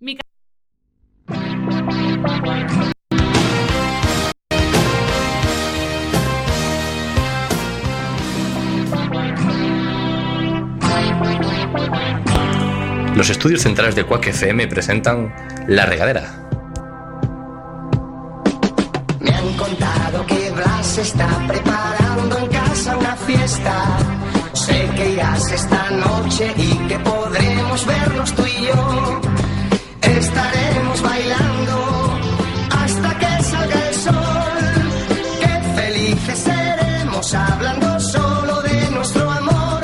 Mi ca- Los estudios centrales de Quack FM presentan La Regadera. Me han contado que Blas está preparando en casa una fiesta. Sé que irás esta noche y que podremos vernos tú y yo. Estaremos bailando hasta que salga el sol. Qué felices seremos hablando solo de nuestro amor.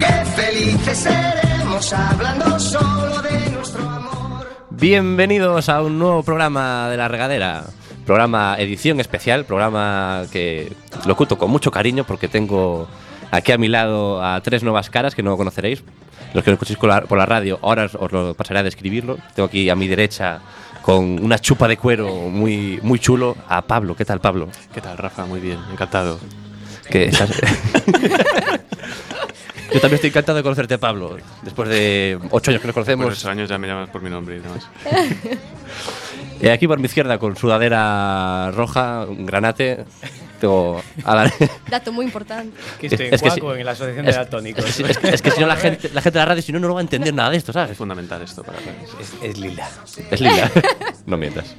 Qué felices seremos hablando solo de nuestro amor. Bienvenidos a un nuevo programa de La Regadera. Programa edición especial, programa que lo oculto con mucho cariño porque tengo aquí a mi lado a tres nuevas caras que no conoceréis. Los que lo escuchéis por la, por la radio, ahora os, os lo pasaré a describirlo. Tengo aquí a mi derecha con una chupa de cuero muy, muy chulo a Pablo. ¿Qué tal, Pablo? ¿Qué tal, Rafa? Muy bien, encantado. Que estás- Yo también estoy encantado de conocerte, Pablo. Después de ocho años que nos Por conocemos. esos años ya me llamas por mi nombre y demás. Eh, aquí por mi izquierda, con sudadera roja, un granate, tengo a la- Dato muy importante. Que Es- esté en es que sí. Cuaco, en la asociación Es, de daltónicos. es- es- es que si no, la gente, la gente de la radio, si no, no va a entender nada de esto, Es ¿sabes? fundamental esto para Es- es lila. Es linda. No mientas.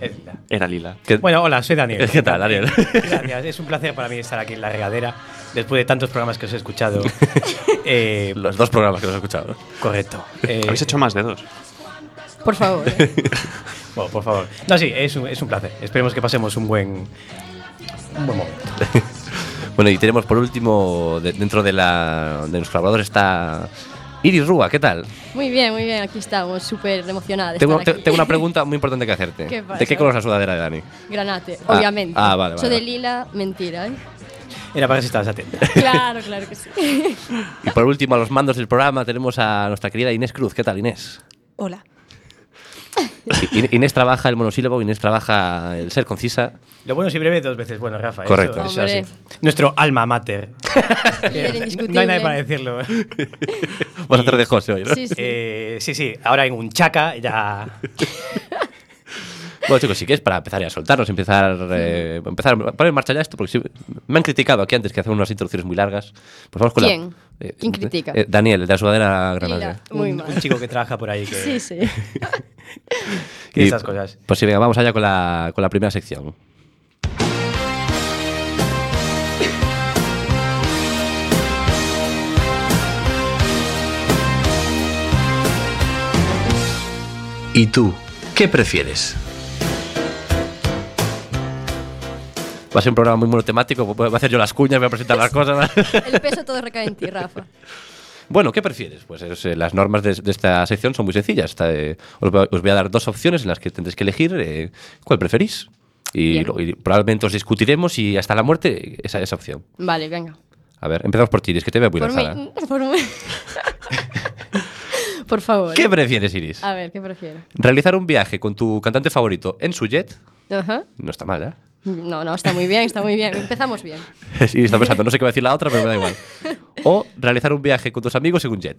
es lila. Era Lila. Que- Bueno, hola, soy Daniel. ¿Qué tal, Daniel? Gracias, es un placer para mí estar aquí en la regadera después de tantos programas que os he escuchado. Eh, los dos programas que los he escuchado. correcto. Eh, Habéis hecho más dedos. Por favor. ¿eh? bueno, por favor. No, sí, es un, es un placer. Esperemos que pasemos un buen, un buen momento. Bueno, y tenemos por último, de- dentro de, la, de los colaboradores, está Iris Rúa, ¿qué tal? Muy bien, muy bien. Aquí estamos, súper emocionada. de Tengo, estar te- aquí. tengo una pregunta muy importante que hacerte. ¿Qué pasa? ¿De qué color es la sudadera de Dani? Granate, Ah, obviamente. ah, vale, vale, Soy de vale. lila, mentira, ¿eh? Era para que si estabas atento. Claro, claro que sí. Y por último, a los mandos del programa tenemos a nuestra querida Inés Cruz. ¿Qué tal, Inés? Hola. In- Inés trabaja el monosílabo, Inés trabaja el ser concisa. Lo bueno si breve dos veces. Bueno, Rafa, Correcto. eso es así. Hombre. Nuestro alma mater. Líder No hay nadie indiscutible. para decirlo. Vas a hacer de José hoy, ¿no? Sí, sí. Eh, sí, sí, ahora en un chaca ya Bueno, chicos, sí que es para empezar ya a soltarnos, empezar, eh, empezar a poner en marcha ya esto, porque sí, me han criticado aquí antes que hacemos unas introducciones muy largas. Pues vamos con ¿Quién? la. ¿Quién critica? eh, Daniel, de la sudadera Lila, granadera. muy un, mal. un chico que trabaja por ahí que, Sí, sí. que Y- estas cosas. Pues sí, venga, vamos allá con la, con la primera sección. ¿Y tú qué prefieres? Va a ser un programa muy monotemático, voy a hacer yo las cuñas, voy a presentar las cosas. El peso todo recae en ti, Rafa. Bueno, ¿qué prefieres? Pues es, eh, las normas de, de esta sección son muy sencillas. Está, eh, os, va- os voy a dar dos opciones en las que tendréis que elegir eh, cuál preferís. Y, Bien. lo- y probablemente os discutiremos y hasta la muerte esa, esa opción. Vale, venga. A ver, empezamos por ti, Iris, que te veo muy Por lanzada. mí. Por mí. Por favor. ¿Qué prefieres, Iris? A ver, ¿qué prefiero? ¿Realizar un viaje con tu cantante favorito en su jet? Ajá. No está mal, ¿eh? No, no, está muy bien, está muy bien. Empezamos bien. Iris está pensando, no sé qué va a decir la otra, pero me da igual. O realizar un viaje con tus amigos en un jet.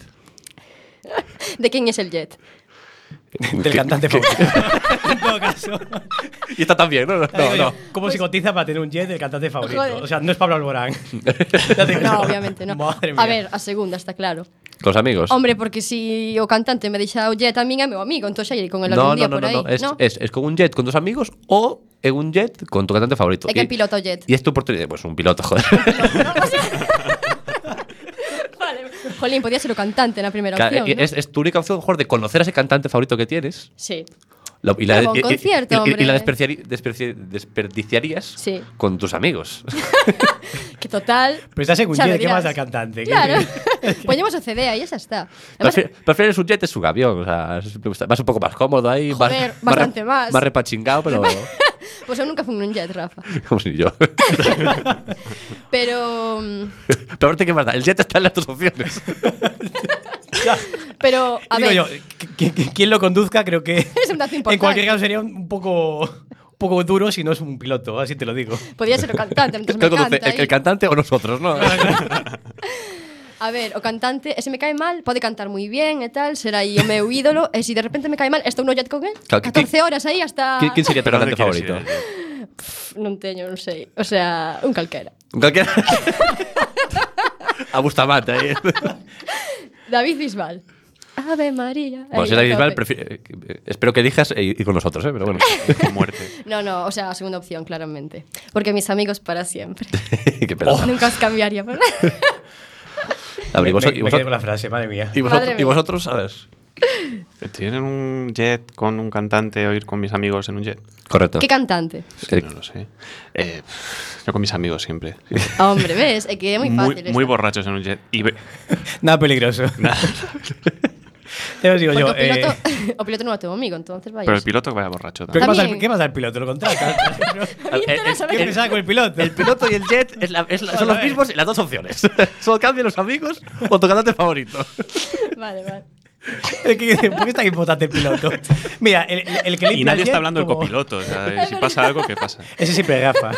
¿De quién es el jet? Del cantante favorito. en todo caso. Y está también, ¿no? No, Digo no. yo, ¿Cómo se cotiza para tener un jet del cantante favorito? Pues Joder. O sea, no es Pablo Alborán. Ya te digo. No, obviamente no. Madre mía. A ver, a segunda, está claro. Con los amigos. Hombre, porque si o cantante me deixa o jet a min é meu amigo, entón xa irei con el algún no, no, día no, por no, aí. no. Es, es- es con un jet con tus amigos o en un jet con tu cantante favorito. ¿Y quién pilota el jet? Y es tu oportunidad. Pues un piloto, joder. Vale. Jolín, podía ser o cantante na primeira Claro, opción, y ¿no? eh, es, es tu única opción, mejor, de conocer a ese cantante favorito que tienes. Sí. Lo- y la, Pero con y- y- concierto, y- y- y hombre. la despreciari- despreci- desperdiciarías Sí. con tus amigos. Que total... Pero estás en un xa jet, me ¿qué más dirás. da cantante? Claro. Poñemos o CD aí, e xa está. Además, Prefi- Prefieres un jet es un avión, o sea, es- vas un poco más cómodo ahí, más- Joder, más, bastante más. más repachingado, pero pois eu nunca fui nun jet, Rafa. como si yo. Pero... mm, pero aparte qué más da, el jet está en las dos opciones. Pero, a Digo ver... yo, qui- qui- quien lo conduzca creo que Es un dato en importante. cualquier caso sería un poco, un poco duro si no es un piloto, así te lo digo. Podía ser o cantante, entón ¿Qué me Ah. conduce? encanta. ¿El, el ahí. cantante o nosotros, no? A ver, o cantante, e se me cae mal, pode cantar moi bien e tal, será aí o meu ídolo, e se de repente me cae mal, está un ollat con él, Claro, que- 14 horas aí hasta... Qui- ¿Quién sería tu Pero ¿dónde cantante quieres favorito? ir, Elliot? Pff, Non teño, non sei, o sea, un calquera. Cualquiera. eh. A Bustamante, ahí. David Bisbal. Ave María. Bueno, Ahí, si es a David Bisbal, tope. prefi- eh, eh, espero que elijas eh, ir con nosotros, ¿eh? Pero bueno, Tu muerte. No, no, o sea, a segunda opción, claramente. Porque mis amigos para siempre. qué pedazo. Nunca os cambiaría por A ver, y Me- vosot- me- y me quedé con vosot- la frase, madre mía. y Madre vosotros, y mía. vosotros, a ver. ¿Tienen un jet con un cantante o ir con mis amigos en un jet? Correcto. ¿Qué cantante? Es que no lo sé. Eh, yo con mis amigos siempre. Ah, Hombre, ves, é que é moi muy, fácil. muy esta. borrachos en un jet. Y ve- Nada peligroso. Te lo digo Porque yo. o piloto, eh, o piloto non o teu amigo, entonces vaya. pero el piloto vaya borracho también. ¿pero ¿qué, pasa al, También. ¿Qué pasa al piloto? ¿Lo contrata? A mí me interesa eh, ¿Qué ver- pensaba con el piloto? piloto y Eh, el jet son los mismos en las dos opciones. Solo cambian los amigos o tu cantante favorito. Vale, vale. ¿Por qué es tan importante el piloto? Mira, el, el- el que limpia Y nadie el está jet hablando del como- copiloto. O sea, si pasa algo, ¿qué pasa? Ese siempre es Rafa,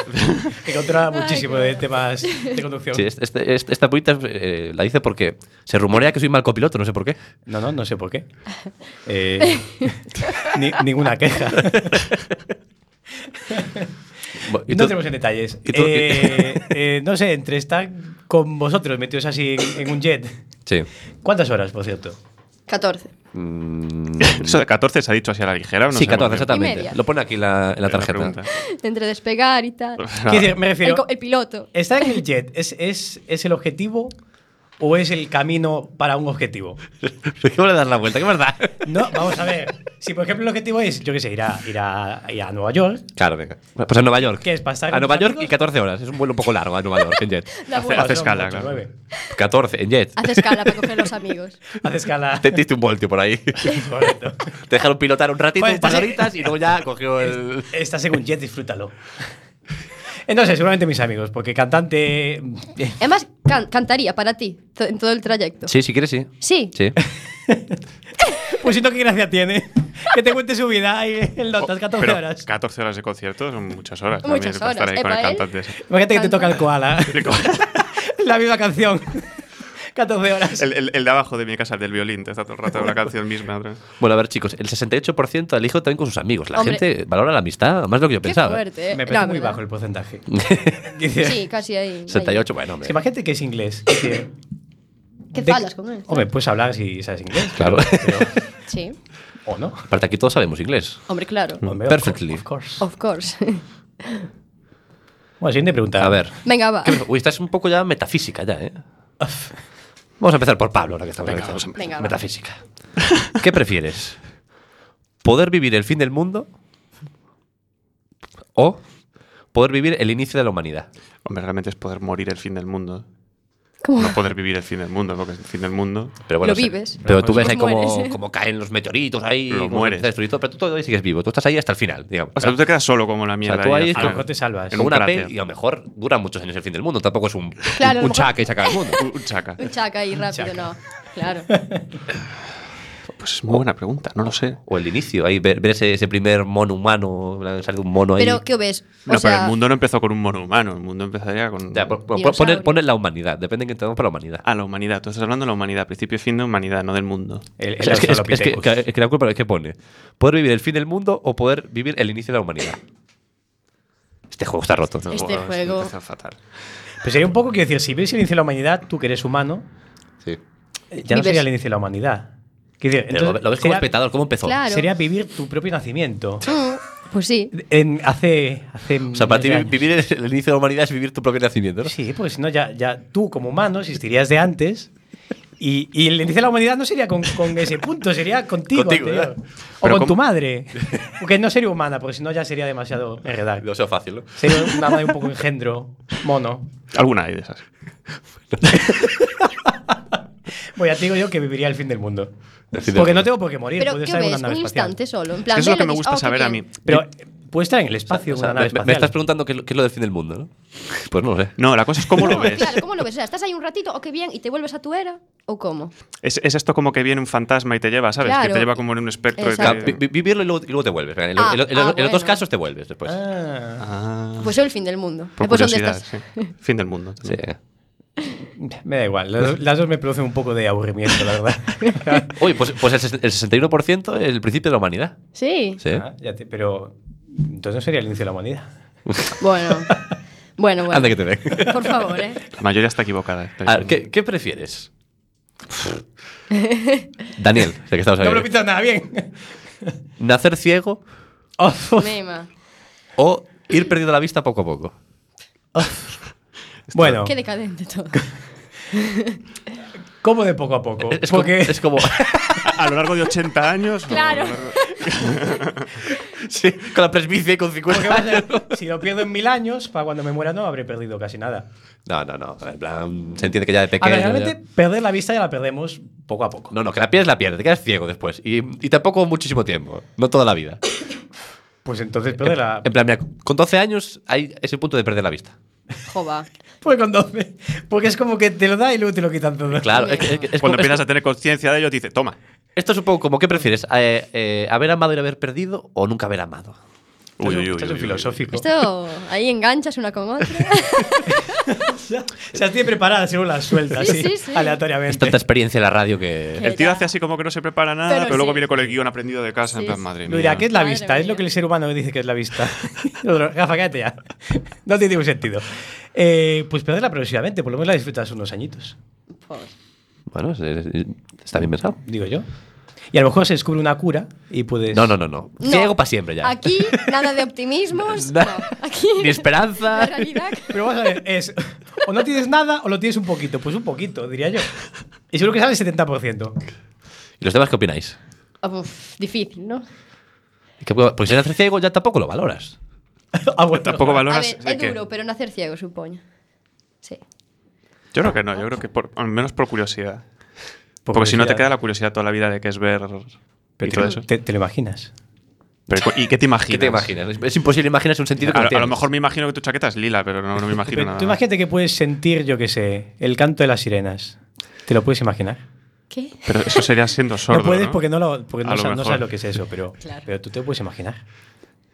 que controla muchísimo qué de temas de conducción. Sí, este- este- este- esta puñita eh, la dice porque se rumorea que soy mal copiloto, no sé por qué. No, no, no sé por qué. Eh, ni- ninguna queja. Bueno, y No tú- tenemos en detalles. y tú- Eh, eh, no sé, entre estar con vosotros metidos así en, en un jet. Sí. ¿Cuántas horas, por cierto? 14. Mm, Eso de 14 se ha dicho así a la ligera. ¿o No sí, sabemos 14, bien? Y media. exactamente. Lo pone aquí la, en la La tarjeta. pregunta. Entre despegar y tal. Quiero decir, me El, refiero. co- el piloto. ¿Estar en el jet es, es, es el objetivo o es el camino para un objetivo? ¿Qué me le das la vuelta? ¿Qué verdad? No, vamos a ver. Si, por ejemplo, el objetivo es, yo qué sé, ir a, ir a, ir a Nueva York, Claro, venga. Pues a Nueva York. ¿Qué es, pasar A con Nueva tus York amigos? y 14 horas. Es un vuelo un poco largo a Nueva York en jet. Da Hace- vuelta. hace- Son escala, ocho, claro. nueve. 14 en jet. Hace escala para coger los amigos. Hace escala. Te diste un voltio por ahí. Correcto. Te dejaron pilotar un ratito, Pues un par de estás- horitas y luego ya cogió el. Estás en un jet, disfrútalo. Entonces, seguramente mis amigos, porque cantante. Además, can- cantaría para ti to- en todo el trayecto. Sí, si quieres, sí. Sí. Sí. Pues siento qué gracia tiene que te cuente su vida y el notas 14 Oh, Pero horas. 14 horas de concierto son muchas horas. Muchas también, para horas. estar ahí con el Epa, ¿eh? cantante ese. Imagínate que te toca el koala. La misma canción. 14 horas. El, el- el de abajo de mi casa, el del violín, te está todo el rato una canción misma. otra vez. Bueno, a ver, chicos, el 68% elijo también con sus amigos. La Hombre. gente valora la amistad más de lo que yo Qué pensaba. fuerte, eh. Me No, parece muy ¿verdad? bajo el porcentaje. Sí, casi ahí. 68, bueno, hombre. Es que imagínate que es inglés. es decir, ¿Qué de- falas con él? Hombre, puedes hablar si sabes inglés. Claro. pero- ahí. Sí. o no. Aparte, aquí todos sabemos inglés. Hombre, claro. Hombre, of Perfectly. cour- of course. Of course. Bueno, siguiente pregunta. A ver. Venga, va. ¿Qué- Uy, esta es un poco ya metafísica ya, ¿eh? Vamos a empezar por Pablo, ahora que estamos Venga, empezando. vamos empezar. a Venga, va. Metafísica. ¿Qué prefieres? ¿Poder vivir el fin del mundo o poder vivir el inicio de la humanidad? Hombre, realmente es poder morir el fin del mundo. ¿Cómo? No poder vivir el fin del mundo, porque el fin del mundo. Pero bueno, Lo sí. vives. Pero tú Pues ves ahí como, mueres. como caen los meteoritos ahí, Lo como se mueres. empieza a destruir todo, pero tú todavía sigues vivo. Tú estás ahí hasta el final, digamos. O sea, tú te quedas solo como la mierda. tú ahí ahí, es al A lo final. mejor te salvas. en como un una cráter. peli y a lo mejor dura muchos años el fin del mundo. Tampoco es un, Claro, a lo un mejor- chaca y saca el mundo. Un- un chaca. Un chaca ahí rápido, chaca. no. Claro. Pues es muy buena pregunta, no lo sé. O el inicio, ahí ver, ver ese, ese primer mono humano, sale un mono ahí. Pero, ¿qué ves? O No, pero sea, el mundo no empezó con un mono humano, el mundo empezaría con. Ya, po- po- Dinosaurio. poner, poner la humanidad, depende de quién entendamos por la humanidad. Ah, la humanidad. Tú estás hablando de la humanidad, principio y fin de humanidad, no del mundo. El, el O sea, es, que, es que- es que- Australopithecus. que- que la culpa es que pone poder vivir el fin del mundo o poder vivir el inicio de la humanidad. Este juego está roto. No, Este joder, juego. empezó fatal. Pues sería un poco, quiero decir, si ves el inicio de la humanidad, tú que eres humano, Sí. eh, ya no Vives. sería el inicio de la humanidad. Quiero decir, Pero lo, entonces, lo ves como sería- espectador, ¿cómo empezó? Claro. Sería vivir tu propio nacimiento. pues sí. En, hace, hace. O sea, para ti miles de vivir el inicio de la humanidad es vivir tu propio nacimiento, ¿no? años. Sí, porque si no, ya, ya tú como humano existirías de antes. Y, y el inicio de la humanidad no sería con, con ese punto, sería contigo. Contigo, anterior. ¿verdad? O Pero con ¿cómo- tu madre. Porque no sería humana, porque si no ya sería demasiado enredar. No sea fácil, ¿no? Sería una madre un poco engendro, mono. Alguna hay de esas. Voy ya te digo yo que viviría el fin del mundo. El fin del Porque mundo. no tengo por qué morir. Pero, puedo ¿qué estar en una ves? Un nave espacial. instante solo. En Es plan, que eso es lo que vela, me dices, gusta "Oh, qué saber a mí. bien". Pero puede estar en el espacio, O sea, una nave me- me, espacial. me estás preguntando qué, es lo- qué es lo del fin del mundo, ¿no? Pues no lo sé. No, la cosa es cómo lo Pero ves. Claro, ¿cómo lo ves? O sea, estás ahí un ratito, o qué bien, y te vuelves a tu era, o cómo. Es, es esto como que viene un fantasma y te lleva, ¿sabes? Claro. Que te lleva como en un espectro. y te- Claro, Exacto. vi- vi- vivirlo y luego, y luego te vuelves. En, los- Ah, en los- en ah, los bueno. dos casos te vuelves después. Ah. Ah, Pues soy el fin del mundo. por Eh, pues, ¿dónde curiosidad, estás? sí. Fin del mundo. Sí. Me da igual, las, las dos me producen un poco de aburrimiento, la verdad. Oye, pues, pues el ses- el 61% es el principio de la humanidad. Sí. Sí. Ah, ya te- pero entonces no sería el inicio de la humanidad. Bueno. Bueno, bueno. Anda que te den. Por favor, ¿eh? La mayoría está equivocada. eh, pero- A ver, Ah, ¿qué, qué prefieres? Daniel, sé que estamos ahí. No me lo pintas nada bien. ¿Nacer ciego Mima. o ir perdiendo la vista poco a poco? bueno, Qué decadente todo. como de poco a poco. Es, es como- porque es como. A lo largo de 80 años. Claro. sí, con la presbicia y con porque 50 vas a- años. si lo pierdo en mil años, para cuando me muera no habré perdido casi nada. No, no, no. En plan, se entiende que ya de A pequeño. ver, realmente ya- perder la vista ya la perdemos poco a poco. No, no, que la pierdes, la pierdes. Te quedas ciego después. Y, y tampoco muchísimo tiempo. No toda la vida. Pues entonces Eh, perder la... En plan, mira, con 12 años hay ese punto de perder la vista. Jova. eh. Pues con 12. Porque es como que te lo da y luego te lo quitan todo. Claro, es, que- es que- es como- Cuando empiezas esto, a tener conciencia de ello, te dice, toma. esto es un poco como, ¿qué prefieres? Eh, eh, ¿Haber amado y haber perdido o nunca haber amado? Uy, uy, uy, Esto es uy, un uy. filosófico. Esto ahí enganchas una con otra. O sea, estoy preparada según las sueltas, Sí, sí, sí, sí. Es aleatoriamente. tanta experiencia en la radio que... El tío hace así como que no se prepara nada, Pero pero, luego sí. viene con el guión aprendido de casa. Sí, en plan, sí. madre Lo mía. dirá, ¿qué es la Madre vista? Es lo mía. que el ser humano dice que es la vista. Y otro, Gafa, cállate ya. No tiene ningún sentido. Eh, pues perderla progresivamente, por lo menos la disfrutas unos añitos, Joder. Bueno, es- es- es- está bien pensado. digo yo. Y a lo mejor se descubre una cura y puedes. No, no, no, no. No. Ciego para siempre ya. Aquí nada de optimismos. Na- no. Aquí Ni esperanza. La realidad. Pero vamos a ver, es. O no tienes nada o lo tienes un poquito. Pues un poquito, diría yo. Y seguro que sale el 70%. ¿Y los demás qué opináis? Uf, Ah, pues, difícil, ¿no? Que, porque si naces ciego ya tampoco lo valoras. Ah, bueno. Tampoco A valoras. ver, de es que- duro, pero nacer ciego, supongo. Sí. Yo creo que no, yo creo que por, al menos por curiosidad. Porque si no te queda la curiosidad toda la vida de qué es ver y todo eso. Te, te lo imaginas. Pero, ¿Y qué te imaginas? ¿Qué te imaginas? Es, es imposible imaginarse un sentido que no A, a lo tienes. mejor me imagino que tu chaqueta es lila, pero no, no me imagino Pero nada. tú más. imagínate que puedes sentir, yo qué sé, el canto de las sirenas. ¿Te lo puedes imaginar? ¿Qué? Pero eso sería siendo sordo. no puedes ¿no? porque no, lo, porque A no, lo sa- no mejor. sabes lo que es eso, pero, Claro. pero tú te puedes imaginar.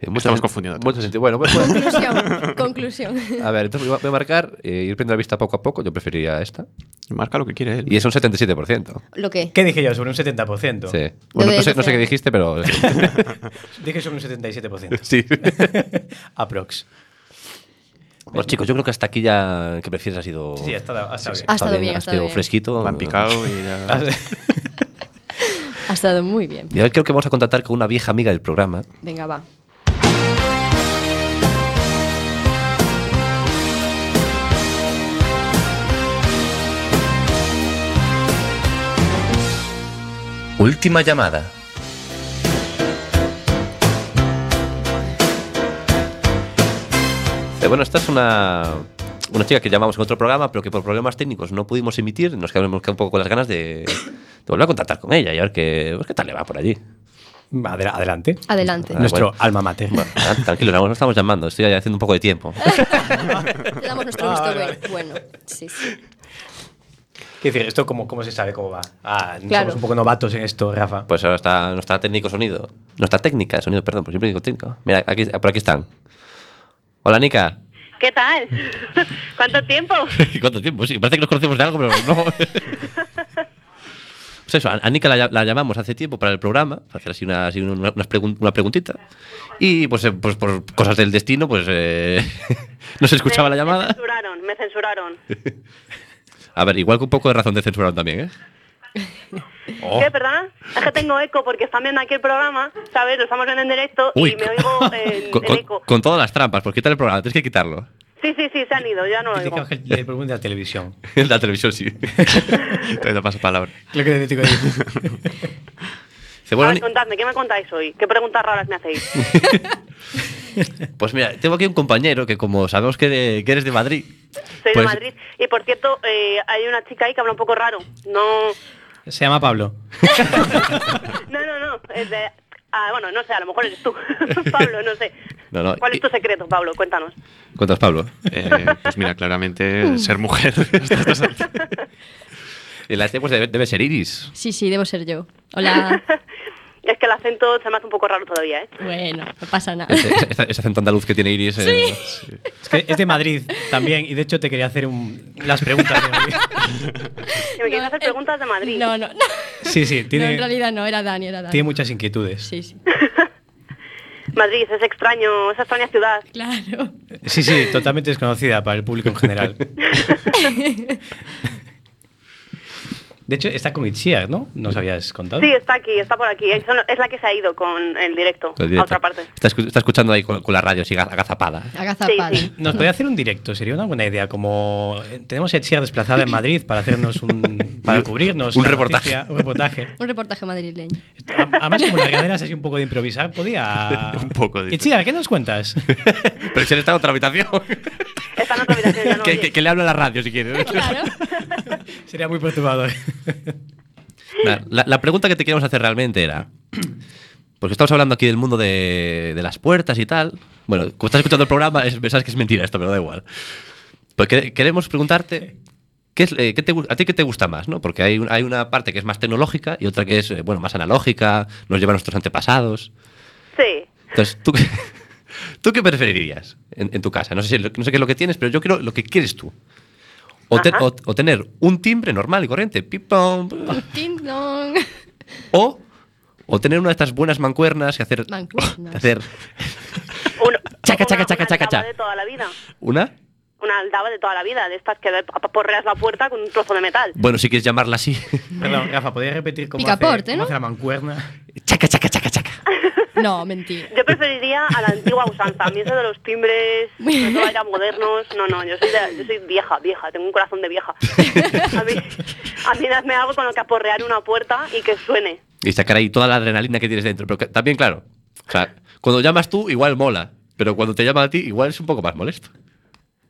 Eh, mucho Estamos sen- confundiendo mucho sentido. Bueno, pues, bueno. Conclusión. conclusión. a ver, entonces voy a- voy a marcar, eh, ir perdiendo la vista poco a poco, yo preferiría esta. Marca lo que quiere él. Y es un 77%. ¿Lo qué? ¿Qué dije yo? Sobre un 70%. Sí. Bueno, de no, sé, no sé doce. qué dijiste, pero... Dije sobre un 77%. sí. Aprox. Pues chicos, yo creo que hasta aquí ya que prefieres ha sido... Sí, está, ha estado Ha estado Ah, bien, ha ha estado sido bien. fresquito. Pan picado y ya. bien. Ha estado muy bien. Y ahora creo que vamos a contactar con una vieja amiga del programa. Venga, va. Última llamada. Eh, bueno, esta es una, una chica que llamamos en otro programa, pero que por problemas técnicos no pudimos emitir. Nos quedamos un poco con las ganas de, de volver a contactar con ella y a ver qué, pues qué tal le va por allí. Adela- adelante. Adelante. Ah, Nuestro bueno. alma mater. Ah, tranquilos, no estamos llamando, estoy ya haciendo un poco de tiempo. Te damos nuestro Ah, visto vale, bueno. vale. Bueno, sí, sí. Quiero decir, ¿esto cómo, cómo se sabe cómo va? Ah, Claro. somos un poco novatos en esto, Rafa. Pues ahora está nuestra técnico sonido. Nuestra técnica de sonido, perdón, pues siempre digo técnico. Mira, aquí, por aquí están. Hola, Nica. ¿Qué tal? ¿Cuánto tiempo? ¿Cuánto tiempo? Sí, parece que nos conocemos de algo, pero no. pues eso, a a Nika la, ll- la llamamos hace tiempo para el programa, para hacer así una, así una- unas pregun- una preguntita. Y pues, eh, pues por cosas del destino, pues eh, no se escuchaba Me- la Me llamada. censuraron, me censuraron. A ver, igual que un poco de razón de censuraron también, ¿eh? Oh. ¿Qué, verdad? Es que tengo eco porque están viendo aquí el programa, ¿sabes? Lo estamos viendo en directo y me oigo el, con, el con- eco. con todas las trampas, pues quita el programa, tienes que quitarlo. Sí, sí, sí, se han ido, ya no lo Dice que oigo. Ángel le pregunta a la televisión. la televisión sí. Te te paso palabra. Lo que te digo ahí. Dice, A bueno, ver, Ni- contadme, ¿qué me contáis hoy? ¿Qué preguntas raras me hacéis? pues mira, tengo aquí un compañero que como sabemos que, de- que eres de Madrid. Soy de pues- Madrid y, por cierto, eh, hay una chica ahí que habla un poco raro. No, Se llama Pablo. no, no, no. es de- ah, bueno, no sé, a lo mejor eres tú, Pablo, no sé. No, no, ¿Cuál y- es tu secreto, Pablo? Cuéntanos. ¿Cuántas, Pablo? Eh, pues mira, claramente ser mujer. Y la pues debe, debe ser Iris. Sí, sí, debo ser yo. Hola. Es que el acento se me hace un poco raro todavía, ¿eh? Bueno, no pasa nada. Ese, ese- ese acento andaluz que tiene Iris. eh, Es que es de Madrid también y de hecho te quería hacer un- las preguntas. de Madrid. Que me quieres hacer preguntas de Madrid. No, no, no. Sí, sí, No, tiene, en realidad no, era Dani, era Dani. tiene muchas inquietudes. Sí, sí. Madrid es extraño, esa extraña ciudad. Claro. Sí, sí, totalmente desconocida para el público en general. De hecho, está con Itziar, ¿no? ¿Nos habías ¿Ah? contado? Sí, está aquí, está por aquí. Es es la que se ha ido con el directo lo a directo. otra parte. pues Está, escu- está escuchando ahí con, con la radio, así agazapada. Agazapada. Sí, sí. Nos podría hacer un directo, sería una buena idea. Como eh, tenemos a Itziar desplazada en Madrid para hacernos un. para cubrirnos. Un la reportaje. noticia, un reportaje. Un reportaje madrileño. A- Además, como las caderas así un poco de improvisar, podía. Un poco de- Itziar, ¿qué nos cuentas? Pero si él está en otra habitación. Está en otra habitación, ya no que, oye. que- que le hablo a la radio si quiere. Claro. sería muy perturbador. Nah, La, la pregunta que te queríamos hacer realmente era. Porque estamos hablando aquí del mundo de, de las puertas y tal. Bueno, como estás escuchando el programa, es, sabes que es mentira esto, pero da igual. Pues que- queremos preguntarte. ¿Qué es, eh, qué te gu- ¿A ti qué te gusta más? ¿no? Porque hay, un- hay una parte que es más tecnológica y otra que es eh, bueno, más analógica, nos lleva a nuestros antepasados. Sí. Entonces, ¿tú, qué- ¿tú qué preferirías en, en tu casa? No sé, si lo- no sé qué es lo que tienes, pero yo quiero lo que quieres tú. O, te- Ajá. o- o tener un timbre normal y corriente, pip, pam, pam, Ding dong. o, o tener una de estas buenas mancuernas y hacer. Mancuernas. hacer Uno- Chaca, chaca, una- chaca, una chaca, aldaba chaca. de toda la vida. una. Una aldaba de toda la vida, de estas que porreas la puerta con un trozo de metal. Bueno, si quieres llamarla así. Perdón, Rafa, ¿podrías repetir cómo, hace, Picaporte, cómo ¿no? hace la mancuerna? chaca, chaca, chaca, chaca. No, mentira. Yo preferiría a la antigua usanza. A mí eso de los timbres, de toda era modernos. No, no, yo soy, de- yo soy vieja, vieja. Tengo un corazón de vieja. A mí, a mí hazme algo con lo que aporrear una puerta y que suene. Y sacar ahí toda la adrenalina que tienes dentro. Pero que- también, claro. O sea, cuando llamas tú, igual mola. Pero cuando te llama a ti, igual es un poco más molesto.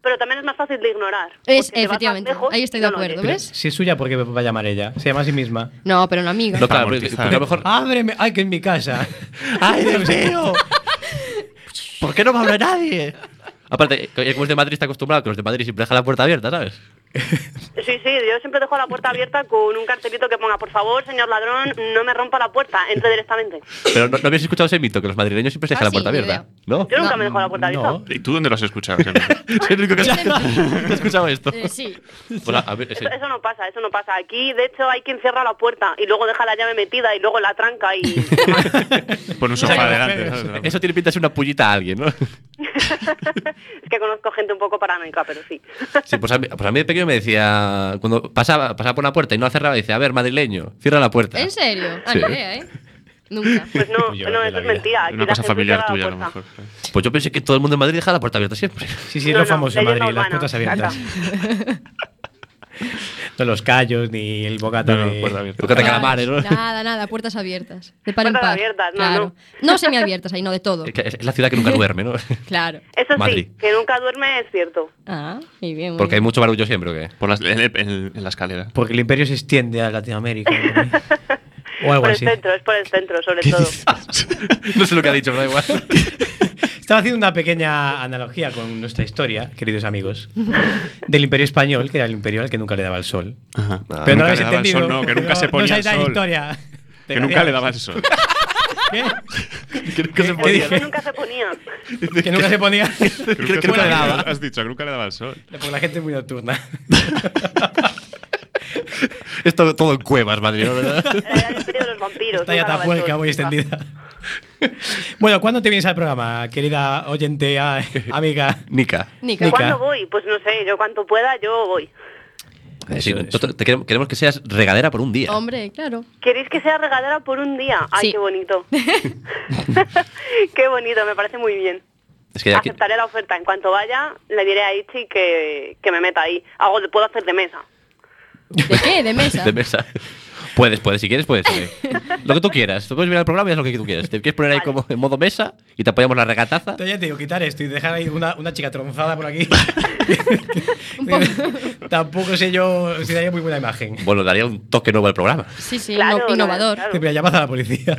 Pero también es más fácil de ignorar. Es, porque te vas más efectivamente, lejos ahí y estoy de no lo acuerdo, oyes. Pero ¿ves? Si es suya, ¿por qué va a llamar ella? Se llama a sí misma. No, pero una amiga. No, Para claro, porque- amortizar. porque a lo mejor. ¡Ábreme! ¡Ay, que en mi casa! ¡Ay, Dios mío! ¿Por qué no me habla nadie? Aparte, eh, como es de Madrid, está acostumbrado que los de Madrid siempre dejan la puerta abierta, ¿sabes? Sí, sí, yo siempre dejo la puerta abierta con un cartelito que ponga, por favor, señor ladrón, no me rompa la puerta, entre directamente. Pero no, ¿no habéis escuchado ese mito, que los madrileños siempre se dejan Ah, la puerta sí, ni abierta. idea. ¿No? Yo nunca No, me dejo la puerta abierta. no. ¿Y tú dónde lo has escuchado? Sergio? Soy el único que ha escuchado esto. Eh, sí. Pues a- a ver, sí. Eso, eso no pasa, eso no pasa. Aquí, de hecho, hay quien cierra la puerta y luego deja la llave metida y luego la tranca y... Pon un sofá no, delante. pero- ¿sabes? Eso tiene pinta de ser una pullita a alguien, ¿no? es que conozco gente un poco paranoica, pero sí. Sí, pues a, mí, pues a mí de pequeño me decía, cuando pasaba, pasaba por una puerta y no la cerraba, dice, a ver, madrileño, cierra la puerta. ¿En serio? Ah, Sí. no idea, ¿eh? Nunca. Pues no, Yo no, de eso la es vida. mentira. Aquí Una la cosa gente familiar cierra la tuya, a lo puerta. mejor. Pues yo pensé que todo el mundo en Madrid deja la puerta abierta siempre. Sí, sí, es No, lo no, famoso en leyenda Madrid, las urbana, puertas ya abiertas. No los callos, ni el bocata No, no, pues, de- puerta abierta. Porque te calamares, ¿no? Nada, nada, puertas abiertas. De par en Puertas par. abiertas, no, claro. No semiabiertas, ahí no, de todo. Es que Es la ciudad que nunca duerme, ¿no? Claro. Eso Madrid. sí, que nunca duerme es cierto. Ah, muy bien. muy Porque hay bien. mucho barullo siempre, ¿o qué? Por las, en, en- en la escalera. Porque el imperio se extiende a Latinoamérica. ¿no? O algo por el así. centro, es por el centro, sobre todo. No sé lo que ha dicho, pero da igual. Estaba haciendo una pequeña analogía con nuestra historia, queridos amigos, del imperio español, que era el imperio al que nunca le daba el sol. Ajá. Pero no Ah, nunca lo habéis le daba el entendido. sol, no, que nunca se No ponía el sabéis la sol. historia. Que nunca le daba el sol. ¿Qué? Que nunca se ¿Qué El podía. sol dije? nunca se ponía. Que nunca se ponía. que nunca le daba. Has dicho, que nunca le daba el sol. Porque la gente es muy nocturna. Esto todo en cuevas, Madrid, ¿no? ¿verdad? Era el imperio de los vampiros. Está ya nunca daba tan el puerca, sol, muy nunca. extendida. Bueno, ¿cuándo te vienes al programa, querida oyente, a- amiga? Nica. Nica. Nica. ¿Cuándo voy? Pues no sé, yo cuanto pueda, yo voy. Eh, sí, Eso es. nosotros te queremos, queremos que seas regadera por un día. Hombre, claro. ¿Queréis que sea regadera por un día? Ay, Sí. qué bonito. qué bonito, me parece muy bien. Es Eh, que aquí, Aceptaré la oferta. En cuanto vaya, le diré a Ichi que, que me meta ahí. Algo le puedo hacer de mesa. ¿De qué? ¿De mesa? de mesa. Puedes, puedes, si quieres, puedes. eh. Lo que tú quieras. Tú puedes mirar el programa y haz lo que tú quieras. Te quieres poner ahí Vale. como en modo mesa y te apoyamos la regataza. Ya te digo, quitar esto y dejar ahí una, una chica tronzada por aquí. Un poco. Tampoco sé yo si daría muy buena imagen. Bueno, daría un toque nuevo al programa. Sí, sí, Claro, no- innovador. claro. Mira, llamad a la policía.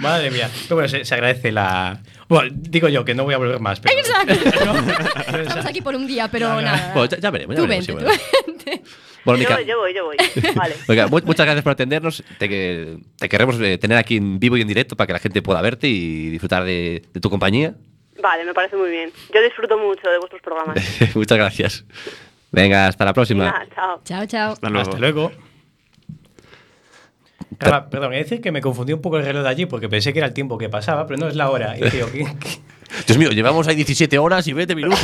Madre mía. Pero bueno, se, se agradece la. Bueno, digo yo que no voy a volver más. Pero... Exacto. No, pero, o sea, Estamos aquí por un día, pero Claro, claro. nada. Bueno, ya, ya veremos. Ya tú veremos, vente, sí, tú bueno. vente. Mónica, Yo voy, yo voy, yo voy. Vale. Mónica, mu- muchas gracias por atendernos. Te, que- te queremos eh, tener aquí en vivo y en directo para que la gente pueda verte y disfrutar de, de tu compañía. Vale, me parece muy bien. Yo disfruto mucho de vuestros programas. Eh, muchas gracias. Venga, hasta la próxima. Nada, chao. Chao, chao. Hasta luego. Hasta luego. Carla, perdón, he de decir que me confundí un poco el reloj de allí porque pensé que era el tiempo que pasaba, pero no es la hora. Y dije yo, ¿qué- qué? Dios mío, llevamos ahí 17 horas y 20 minutos.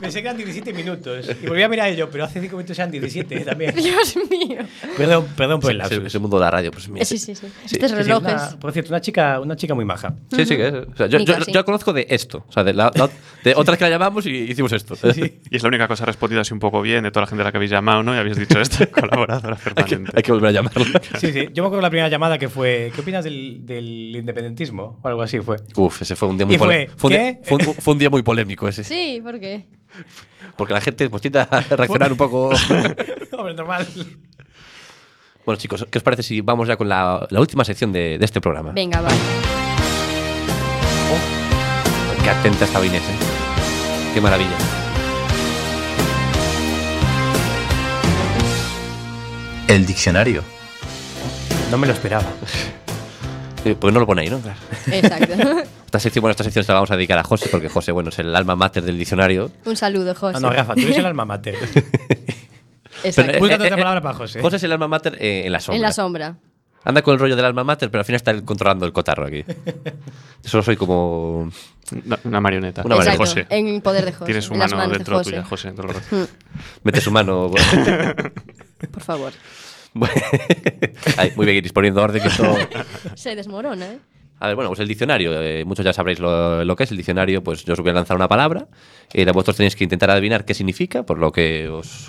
Pensé que eran 17 minutos. Y volví a mirar ello, pero hace 5 minutos eran 17 también. Dios mío. Perdón, perdón por el lapsus. ese, ese mundo de la radio, pues mira. Sí, sí, sí. Sí, Estos Sí, sí, relojes. una- por cierto, una chica, una chica muy maja. Sí, sí, que es. o sea, yo, Ni yo- casi. yo la conozco de esto, o sea, de, la- la- de otras que la llamamos y hicimos esto. Y es la única cosa respondida así un poco bien de toda la gente a la que habéis llamado, ¿no? Y habéis dicho esto, colaboradora Hay que, permanente. hay que volver a llamarla. Sí, sí. Yo me acuerdo de la primera llamada que fue. ¿Qué opinas del, del independentismo? O algo así fue. Uf, ese fue un día muy Y fue, polémico. Fue, un día- ¿qué? fue un- fue un día muy polémico ese. Sí, ¿por qué? Porque la gente pues, tiende a reaccionar un poco. Hombre, normal. bueno, chicos, ¿qué os parece si vamos ya con la, la última sección de, de este programa? Venga, va. Qué atenta estaba Inés, ¿eh? Qué maravilla. El diccionario. No me lo esperaba. Eh, Porque no lo pone ahí, ¿no? Exacto. Esta sección, bueno, esta sección se la vamos a dedicar a José, porque José, bueno, es el alma mater del diccionario. Un saludo, José. Ah, No, no, Rafa, tú eres el alma mater. Exacto. Pero, eh, Búscate otra palabra para José. José es el alma mater eh, en la sombra. En la sombra. Anda con el rollo del alma mater, pero al final está él controlando el cotarro aquí. Solo soy como. No, una marioneta. Una De marioneta. Exacto. José. En poder de José. Tienes en un las mano manos de dentro José. tuya, José. todo el rato. Mete su mano. Por favor. Bueno. Ay, muy bien, Iris, poniendo orden que esto- Se desmorona, ¿eh? A ver, bueno, pues el diccionario. eh, muchos ya sabréis lo, lo que es el diccionario. Pues yo os voy a lanzar una palabra. eh, la- vosotros tenéis que intentar adivinar qué significa, por lo que os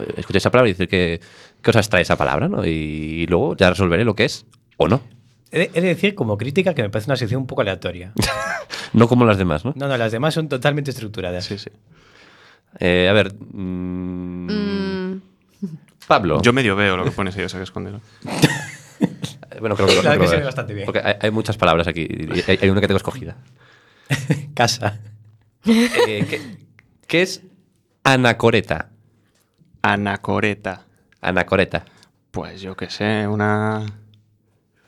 eh, escuchéis esa palabra y decir qué, qué os extrae esa palabra, ¿no? Y, luego ya resolveré lo que es o no. He de, he de decir, como crítica, que me parece una sección un poco aleatoria. No como las demás, ¿no? No, no, las demás son totalmente estructuradas. Sí, sí. Eh, a ver. mm, Mm, Pablo. Yo medio veo lo que pones ahí, o sea que escondelo. Eh, Bueno, creo que lo La creo verdad que se ve es. bastante bien. Porque hay, hay muchas palabras aquí. y Hay, hay una que tengo escogida. Casa. Eh, ¿qué, qué es anacoreta? Anacoreta. Anacoreta. Pues yo qué sé, una.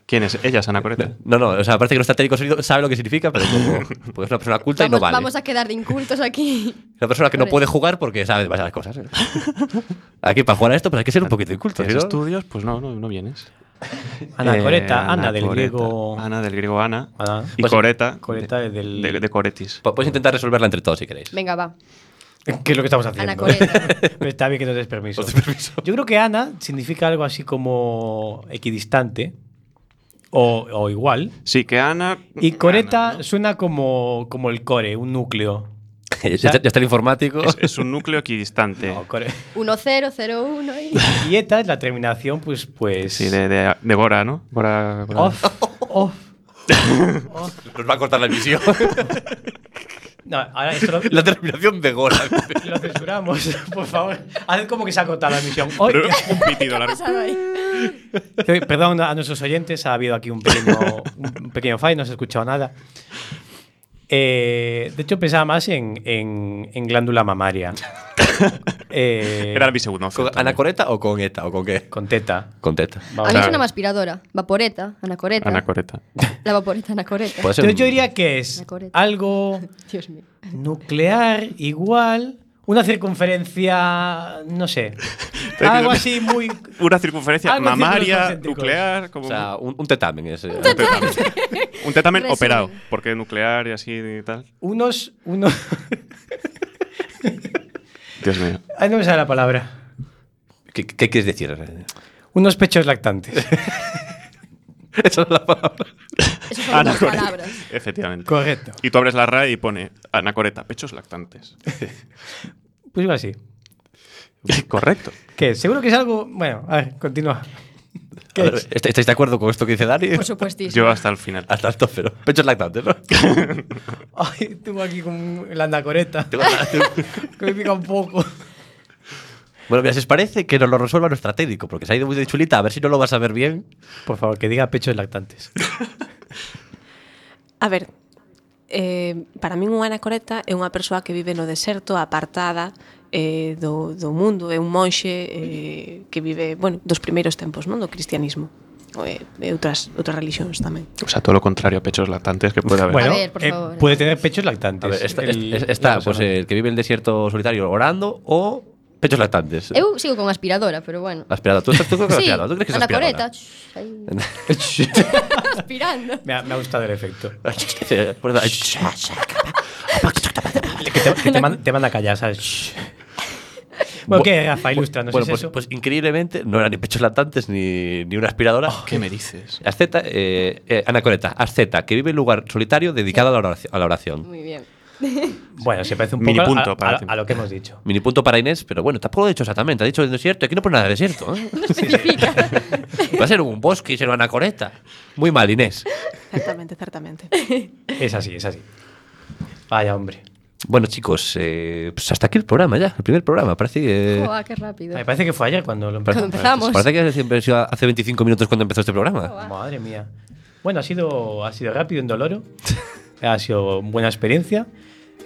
¿Quién es? Ella es Anacoreta. No, no, o sea, parece que nuestro técnico de sonido sabe lo que significa, pero como, pues es una persona culta vamos, y no vale. vamos a quedar de incultos aquí. Una persona que no Hombre. puede jugar porque sabe demasiadas cosas. ¿eh? Aquí para jugar a esto, pues hay que ser un poquito inculto. ¿Tienes ¿sí, no? estudios? Pues no, no, no vienes. Anacoreta, Eh, Ana del anacoreta. griego. Ana del griego Ana. Ana. Y Pues- Coreta. Coreta de, del- de- de Coretis. Po- Podéis intentar resolverla entre todos si queréis. Venga, va. ¿Qué es lo que estamos haciendo? Anacoreta. Pero Está bien que nos des permiso. Os doy permiso. Yo creo que Ana significa algo así como equidistante o, o igual. Sí, que Ana. Y coreta Ana, ¿no? suena como, como el core, un núcleo. Ya, ya está el informático. es, es un núcleo equidistante. No, core. 1-0-0-1 y... Y eta es la terminación, pues. pues Sí, de, de, de Bora, ¿no? Bora, Bora. Off. off. Nos va a cortar la emisión. No, ahora esto lo, la terminación de Gora. lo censuramos, por favor. Haced como que se ha cortado la emisión. Hoy- Pero un pitido ¿Qué ha largo. pasado ahí? Eh, Perdón a nuestros oyentes, ha habido aquí un pequeño, un pequeño fallo, no se ha escuchado nada. Eh, de hecho, pensaba más en, en- en glándula mamaria. Eh, Era mi segundo. ¿Con anacoreta o con ETA o con qué? con teta. Con teta. Vamos. a mí Claro. suena más aspiradora. Vaporeta, anacoreta. Anacoreta. La vaporeta, anacoreta. Puede ser Entonces un- yo diría que es La coreta. algo Dios mío. nuclear igual, una circunferencia, no sé, algo así muy... Una circunferencia Algo mamaria, circunferencia, nuclear, como O sea, un, un tetamen. eh, ese. un tetamen. Un tetamen Resumen. operado, porque nuclear y así y tal. Unos... unos Dios mío. ay, no me sale la palabra. ¿Qué, qué quieres decir? Unos pechos lactantes. Esa es la palabra. Esas son las Anacoreta. palabras. Efectivamente. Correcto. Y tú abres la RAE y pone anacoreta, pechos lactantes. Pues igual así. Correcto. ¿Qué? Seguro que es algo... Bueno, a ver, continúa. ¿Qué A ver, es? ¿est- ¿Estáis de acuerdo con esto que dice Dani? Por supuestísimo. Yo hasta el final. Hasta el tope, ¿no? Pechos lactantes, ¿no? Ay, tengo aquí con la anacoreta. Te vas a- te- Que me pica un poco. bueno, mira, si os parece que nos lo resuelva nuestro técnico, porque se ha ido muy de chulita, a ver si no lo vas a ver bien. Por favor, que diga pechos lactantes. A ver, eh, para min unha anacoreta é unha persoa que vive no deserto, apartada, eh, do, do mundo, é un monxe eh, que vive, bueno, dos primeiros tempos, non, do cristianismo O, eh, e outras outras religións tamén. O sea, todo lo contrario a pechos lactantes que puede haber. Bueno, A ver, por eh, favor. puede tener pechos lactantes. A ver, está, El- es- está, la pues, persona. el que vive en el desierto solitario orando o pechos lactantes. Eu sigo con aspiradora, pero bueno. Aspiradora. ¿Tú, estás- tú, creo que Sí, aspiradora. ¿Tú crees que es Ana aspiradora? Coreta. shh, ahí, Aspirando. me, ha, me ha gustado el efecto. Pues, ay, Que te, que te man- te manda a callar, ¿sabes? Shh. Bueno, ¿qué, Rafa? Ilústranos, bueno, ¿es pues, eso? pues increíblemente no eran ni pechos lactantes ni, ni una aspiradora. ¿Qué me dices? Asceta, eh, eh, Ana Coreta, asceta, que vive en lugar solitario dedicado a la oración. A la oración. Muy bien. Bueno, se parece un Mini poco a- punto a, para a- ti. a lo que hemos dicho. Mini punto para Inés, pero bueno, tampoco lo he dicho exactamente. Ha dicho el desierto, aquí no pone nada de desierto. ¿eh? Va a ser un bosque y será Ana Coreta. Muy mal, Inés. Certamente, certamente. Es así, es así. Vaya, hombre. Bueno, chicos, eh, pues hasta aquí el programa ya. El primer programa, parece que. eh, Joa, qué rápido. Me parece que fue ayer cuando lo Cuando empezamos. empezamos. Parece que siempre ha sido hace 25 minutos cuando empezó este programa. Madre mía. Bueno, ha sido, ha sido rápido, indoloro. ha sido buena experiencia.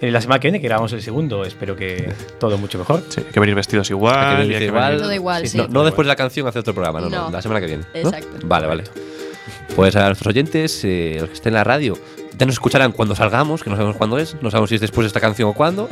Eh, La semana que viene, que grabamos el segundo, espero que todo mucho mejor. Sí, hay que venir vestidos igual. Hay que y venir hay que igual. venir- Todo igual, sí. No, no después de la canción hace otro programa, no, no, No. la semana que viene. ¿no? Exacto. Vale, vale. Pues a nuestros oyentes, eh, los que estén en la radio, ya nos escucharán cuando salgamos, que no sabemos cuándo es, no sabemos si es después de esta canción o cuándo.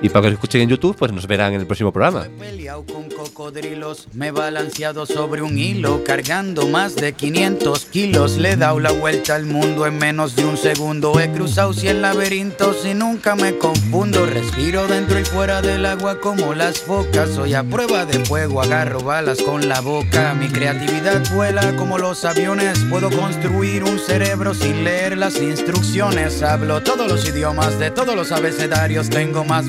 Y para que nos escuchen en YouTube, pues nos verán en el próximo programa. He peleado con cocodrilos, me he balanceado sobre un hilo, cargando más de 500 kilos. Le he dado la vuelta al mundo en menos de un segundo. He cruzado 100 laberintos y nunca me confundo. Respiro dentro y fuera del agua como las focas. Soy a prueba de fuego, agarro balas con la boca. Mi creatividad vuela como los aviones. Puedo construir un cerebro sin leer las instrucciones. Hablo todos los idiomas de todos los abecedarios. Tengo más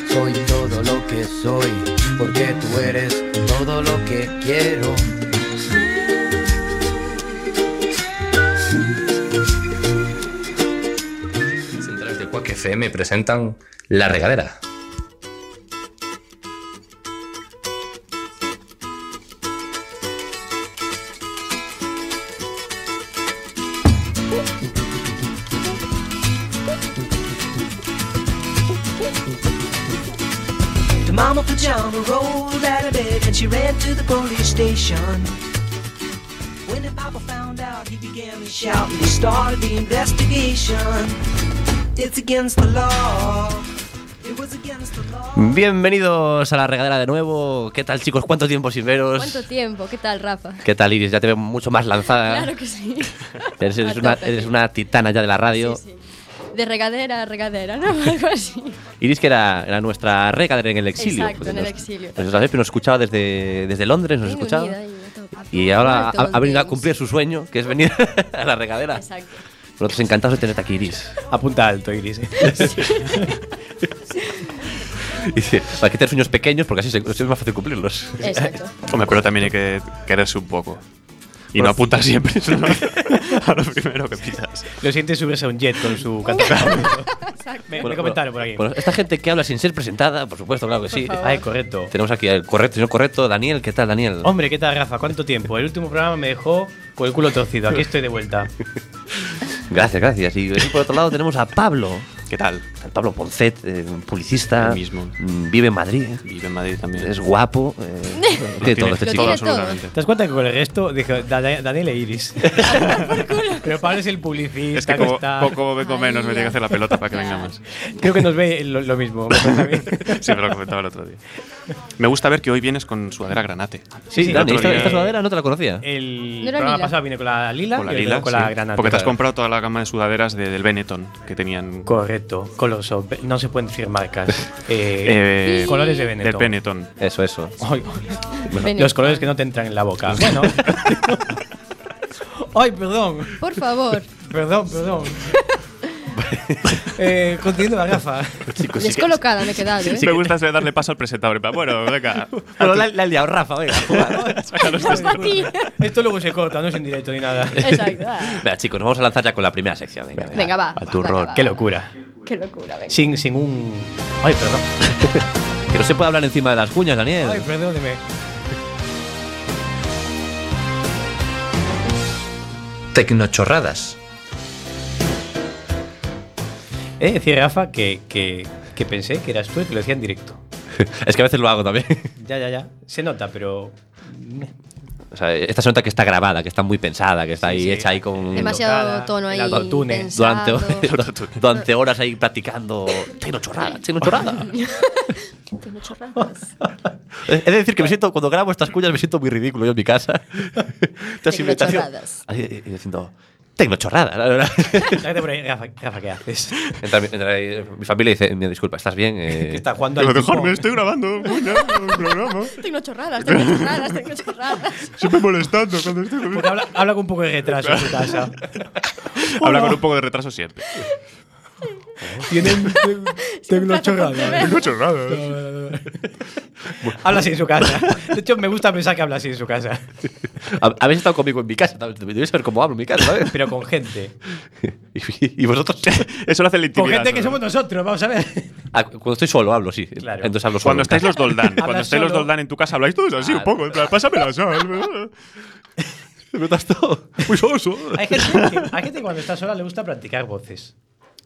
Soy todo lo que soy, porque tú eres todo lo que quiero. Las centrales de Quack FM presentan La Regadera. The mama pajama rolled out of bed and she ran to the police station. When the papa found out, he began to shout and he started the investigation. It's against the law. It was Bienvenidos a la regadera de nuevo. ¿Qué tal, chicos? ¿Cuánto tiempo sin veros? ¿Cuánto tiempo? ¿Qué tal, Rafa? ¿Qué tal, Iris? Ya te veo mucho más lanzada. Claro que sí. Ah. Eres, eres A una, tope. eres una titana ya de la radio. Sí, sí. De regadera a regadera, ¿no? Algo así. Iris, que era, era nuestra regadera en el exilio. Pues Exacto, en el exilio. ¿eh? Nos, nos- nos escuchaba desde, desde Londres, nos Reino escuchaba. Unido ahí, a tope. Y ahora ha, Alto ha venido a voltaje. cumplir su sueño, que es venir a la regadera. Exacto. Nosotros encantados de tenerte aquí, Iris. Apunta alto, Iris. ¿eh? Y Dice, para que tener sueños pequeños, porque así se- es más fácil cumplirlos. Exacto. Hombre, pero también hay que quererse un poco. Y no apuntar siempre eso no- a lo primero que pisas. Lo siente subirse a un jet con su catapulta. me, me Bueno, comentaron por bueno, aquí. bueno, esta gente que habla sin ser presentada, por supuesto, claro que sí. Ay, correcto. Tenemos aquí al correcto, señor correcto, Daniel. ¿Qué tal, Daniel? Hombre, ¿qué tal, Rafa? ¿Cuánto tiempo? El último programa me dejó con el culo torcido. Aquí estoy de vuelta. Gracias, gracias. Y aquí, por otro lado tenemos a Pablo. ¿Qué tal? Al Pablo Poncet, eh, un publicista. El mismo. Eh. mm, Vive en Madrid. Vive en Madrid también. Es guapo. eh, tiene todo este Lo chico. tiene todo. absolutamente. ¿Te das cuenta que con el resto dije "Dana- Daniel e Iris? Pero Pablo es el publicista. Es que no como está- poco vengo Ay, menos, me tiene que ya. hacer la pelota para que venga más. Creo que nos ve lo, lo mismo. me parece a mí. Sí, me lo comentaba el otro día. Me gusta ver que hoy vienes con sudadera granate. Sí, El Dani, otro esta, día- esta sudadera no te la conocía. El No era programa lila. pasado vine con la lila Con la y hoy lila, vengo con la sí. granada. Porque te has Claro. comprado toda la gama de sudaderas de- del Benetton que tenían Correcto, colorso. No se pueden decir marcas. Eh, Eh, colores de del Benetton. Benetton. Eso, eso. Ay, Benetton. los colores que no te entran en la boca. Bueno. Ay, perdón. Por favor. Perdón, perdón. eh, continúa la gafa. Pues Descolocada me he quedado, ¿eh? me gusta ese darle paso al presentador. en plan, Bueno, venga. Bueno, la, la ha liado Rafa, venga. juega. Aquí. Esto luego se corta, no es en directo ni nada. Exacto. ah. Venga, chicos, nos vamos a lanzar ya con la primera sección. Venga, Venga, va. Al turrón. Venga, va. Qué locura. Qué locura, venga. Sin, sin un. Ay, perdón. Que no se puede hablar encima de las cuñas, Daniel. Ay, perdóneme. Tecnochorradas. He de decir, Eh, Rafa, que, que, que pensé que eras tú el que lo decía en directo. Es que a veces lo hago también. Ya, ya, ya. Se nota, pero. O sea, esta se nota que está grabada, que está muy pensada, que está ahí sí. Eh, hecha ahí con. Demasi- Demasiado Tocada, tono el ahí. autotune. Durante, pensado. durante horas ahí practicando. Tengo chorrada, tengo chorrada. Tengo chorradas. Es de decir, que me siento, cuando grabo estas cuñas me siento muy ridículo yo en mi casa. Estas invitaciones. Tecnochorradas. Así, eh, diciendo, tengo chorrada, la verdad. Sácate por ahí, eh, Rafa, Rafa, ¿qué haces? Entra, mi- entra ahí, mi familia y dice, "Me disculpa, ¿estás bien? Eh, Que está jugando A al lo mejor ping-pong. me estoy grabando. coño, un programa. Tengo chorradas, tengo chorradas, tengo chorradas. Siempre molestando cuando estoy Porque comiendo. Pues habla, habla con un poco de retraso en su casa. Habla con un poco de retraso siempre. Tienen tengo chorradas. Tengo chorradas. Habla así en su casa. De hecho, me gusta pensar que habla así en su casa. hab- Habéis estado conmigo en mi casa, tal- debéis saber cómo hablo en mi casa, ¿sabes? Pero con gente. y, y vosotros, Eso lo hace la Con intimidad. gente que solo. somos nosotros, vamos a ver. Ah, cuando estoy solo hablo, sí. Claro. Entonces hablo solo. Cuando en estáis casa. los Doldán, cuando Hablas estáis los solo. Doldán en tu casa, habláis todos así Ah. un poco. En plan, pásame la sal. Me notas todo. Muy soso. Hay gente, que, hay gente que cuando está sola le gusta practicar voces.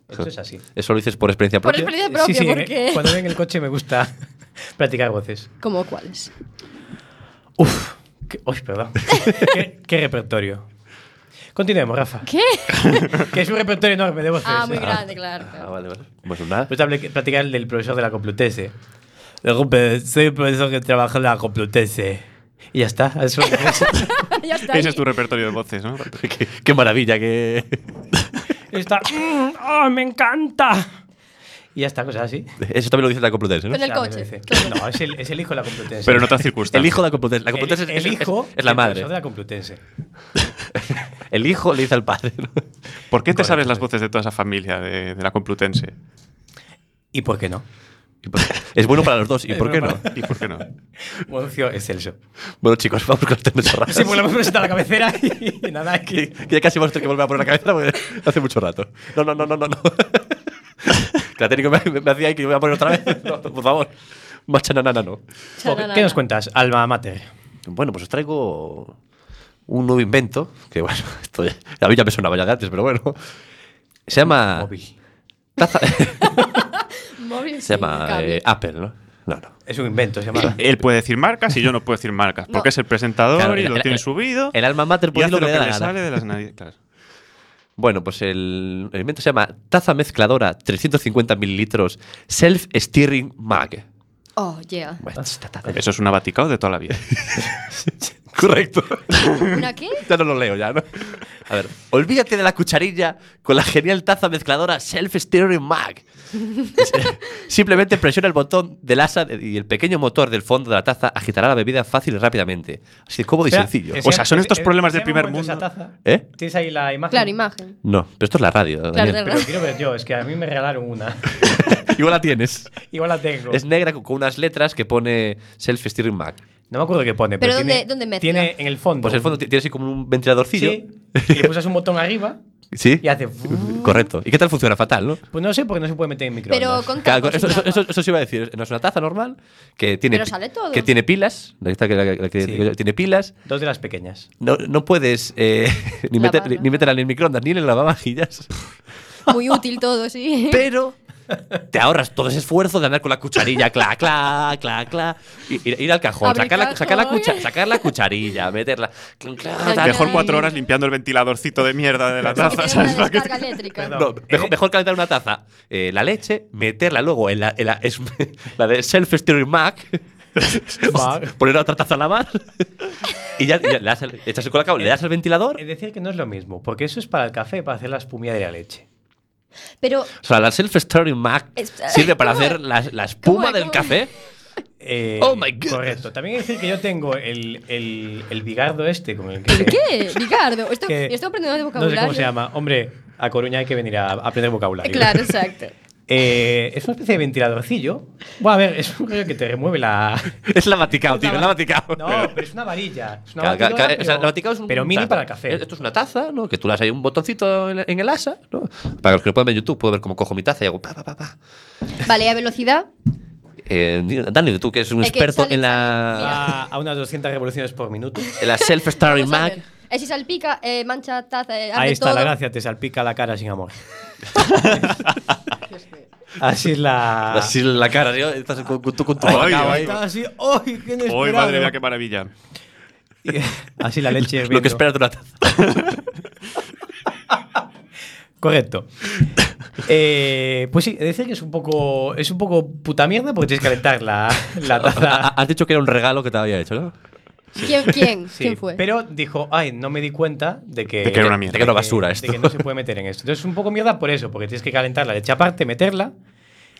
Esto es así. Eso lo dices por experiencia Por propia. experiencia propia, sí, sí, porque. me- cuando voy en el coche me gusta practicar voces. ¿Cómo cuáles? Uf, qué, uy, perdón. qué, qué repertorio. Continuemos, Rafa. ¿Qué? Que es un repertorio enorme de voces. Ah, muy grande, claro. Ah, claro. vale, vale. Pues nada. Pues hable- platicar el del profesor de la Complutense. soy el profesor que trabaja en la Complutense. Y ya está. Eso, ya está. Ese es ahí. tu repertorio de voces, ¿no? Qué, qué maravilla, que. está. "Mm, ¡Oh, me encanta! Y ya está, cosas así. Eso también lo dice la Complutense, ¿no? Con el Claro, coche, me dice. claro. No, es el, es el hijo de la Complutense. Pero en otras circunstancias. El hijo de la Complutense. La Complutense el, es, el es- hijo es la del madre. profesor de la Complutense. El hijo le dice al padre. ¿no? ¿Por qué te sabes las voces de toda esa familia de, de la Complutense? ¿Y por qué no? Y por- Es bueno para los dos. ¿Y por qué no? ¿Y por qué no? Moncio excelso. Bueno, chicos, vamos con las tecnochorradas. Sí, porque le hemos presentado la cabecera y, nada, es que, que. que ya casi hemos tenido que volver a poner la cabeza porque hace mucho rato. No, no, no, no, no. no. Que la técnico me, me- me hacía ahí que lo voy a poner otra vez. No, no, por favor. Macha nanana, no. Chararara. ¿Qué nos cuentas, Alma Mater? Bueno, pues os traigo un nuevo invento. Que bueno, esto ya, a mí ya me sonaba ya de antes, pero bueno. Se llama. Móvil. Taza, Móvil se sin llama cable. eh, Apple, ¿no? No, no. Es un invento, se llama. Él puede decir marcas y yo no puedo decir marcas. Porque No. es el presentador Claro, y el- lo el- tiene el- subido. El alma mater y puede hace decir lo que le da le la gana. sale de las narices. Claro. Bueno, pues el alimento se llama taza mezcladora 350 mililitros self-steering mug. Oh, yeah. Bueno, esta taza- Eso es un abaticado de toda la vida. Correcto. ¿Una qué? ya no lo leo, ya, ¿no? A ver, olvídate de la cucharilla con la genial taza mezcladora Self-Steering Mag. Simplemente presiona el botón del asa y el pequeño motor del fondo de la taza agitará la bebida fácil y rápidamente. Así de cómodo y sencillo. O sea, Pues son eh, estos problemas del primer mundo. ¿Eh? Tienes ahí la imagen. Claro, imagen. No, pero esto es la radio. Claro, Daniel. de Pero verdad. quiero ver yo, es que a mí me regalaron una. Igual la tienes. Igual la tengo. Es negra con con unas letras que pone Self-Steering Mag. No me acuerdo qué pone, pero, Pero tiene, ¿dónde- dónde mezcla? tiene en el fondo. Pues en el fondo ti- tiene así como un ventiladorcillo. Sí, y le pulsas un botón arriba Sí. y hace... Correcto. ¿Y qué tal funciona? Fatal, ¿no? Pues no sé porque no se puede meter en microondas. Pero con Claro, tacos eso, y eso, tapas. eso- eso se iba a decir. No es una taza normal que tiene, Pero sale todo. que tiene pilas. La que está- la que- la que- Sí. que tiene pilas. Dos de las pequeñas. No, no puedes eh, ni, meter- Lavarla. ni meterla en el microondas ni en el lavavajillas. Muy útil todo, sí. Pero te ahorras todo ese esfuerzo de andar con la cucharilla, cla, cla, cla, cla. y- Ir, ir al cajón, Abrir sacar la, sacar, la cajón. cucha- sacar la cucharilla, meterla. cla, cla, Claro, tal. claro. Mejor cuatro horas limpiando el ventiladorcito de mierda de la Hay que taza. tener ¿sabes? una Para que descarga te- eléctrica. Perdón. No, mejor, mejor calentar una taza, eh, la leche, meterla luego en la, en la, es- la de self-steering Mac, Mac. poner otra taza a lavar y ya, ya le das el- echas el colacao, le das al ventilador. Es Eh, decir, que no es lo mismo, porque eso es para el café, para hacer la espumilla de la leche. Pero O sea, la self-steering Mac Es- sirve para ¿Cómo? hacer la, la espuma ¿Cómo? del ¿Cómo? café. Eh, Oh my goodness. Correcto. También es decir que yo tengo el, el, el bigardo este con el que. ¿Qué? Ricardo, estoy, que- estoy aprendiendo de No sé vocabulario. cómo se llama. Hombre, a Coruña hay que venir a a aprender Eh, vocabulario. Claro, exacto. Eh, es una especie de ventiladorcillo. Bueno, a ver, es un rollo que te remueve la. Es la Vaticao, tío, es la Vaticao. No, pero es una varilla. Es una Ca- ca- batidora, ca- o sea, pero- la Vaticao es un Pero mini taza. para el café. Esto es una taza, ¿no? Que tú le das ahí un botoncito en, en el asa, ¿no? Para los que lo puedan ver en YouTube, puedo ver cómo cojo mi taza y hago pa, pa, pa, pa. Vale, a velocidad. Eh, Dani, tú que eres un Es que experto sale- en la, Va a unas 200 revoluciones por minuto. en la self-steering Vamos a Mac. ver. Eh, si salpica, eh, mancha, taza, eh, Ahí arde está todo. la gracia, te salpica la cara sin amor. Así es la. Así en la cara, tío, estás con, con- con tu Ay, colacao ay, ahí. Estaba así, ¡ay, qué inesperado! Uy, madre mía, qué maravilla. Y- Así la leche Lo que hirviendo. esperas de una taza. Correcto. Eh, pues sí, es decir que es un poco es un poco puta mierda porque tienes que calentar la, la Ah, taza. Has dicho que era un regalo que te había hecho, ¿no? ¿Quién, quién? Sí, ¿Quién fue? Pero dijo, ay, no me di cuenta de que... De que era una De que mierda. era de que- basura de esto. que no se puede meter en esto. Entonces es un poco mierda por eso, porque tienes que calentar la leche aparte, meterla,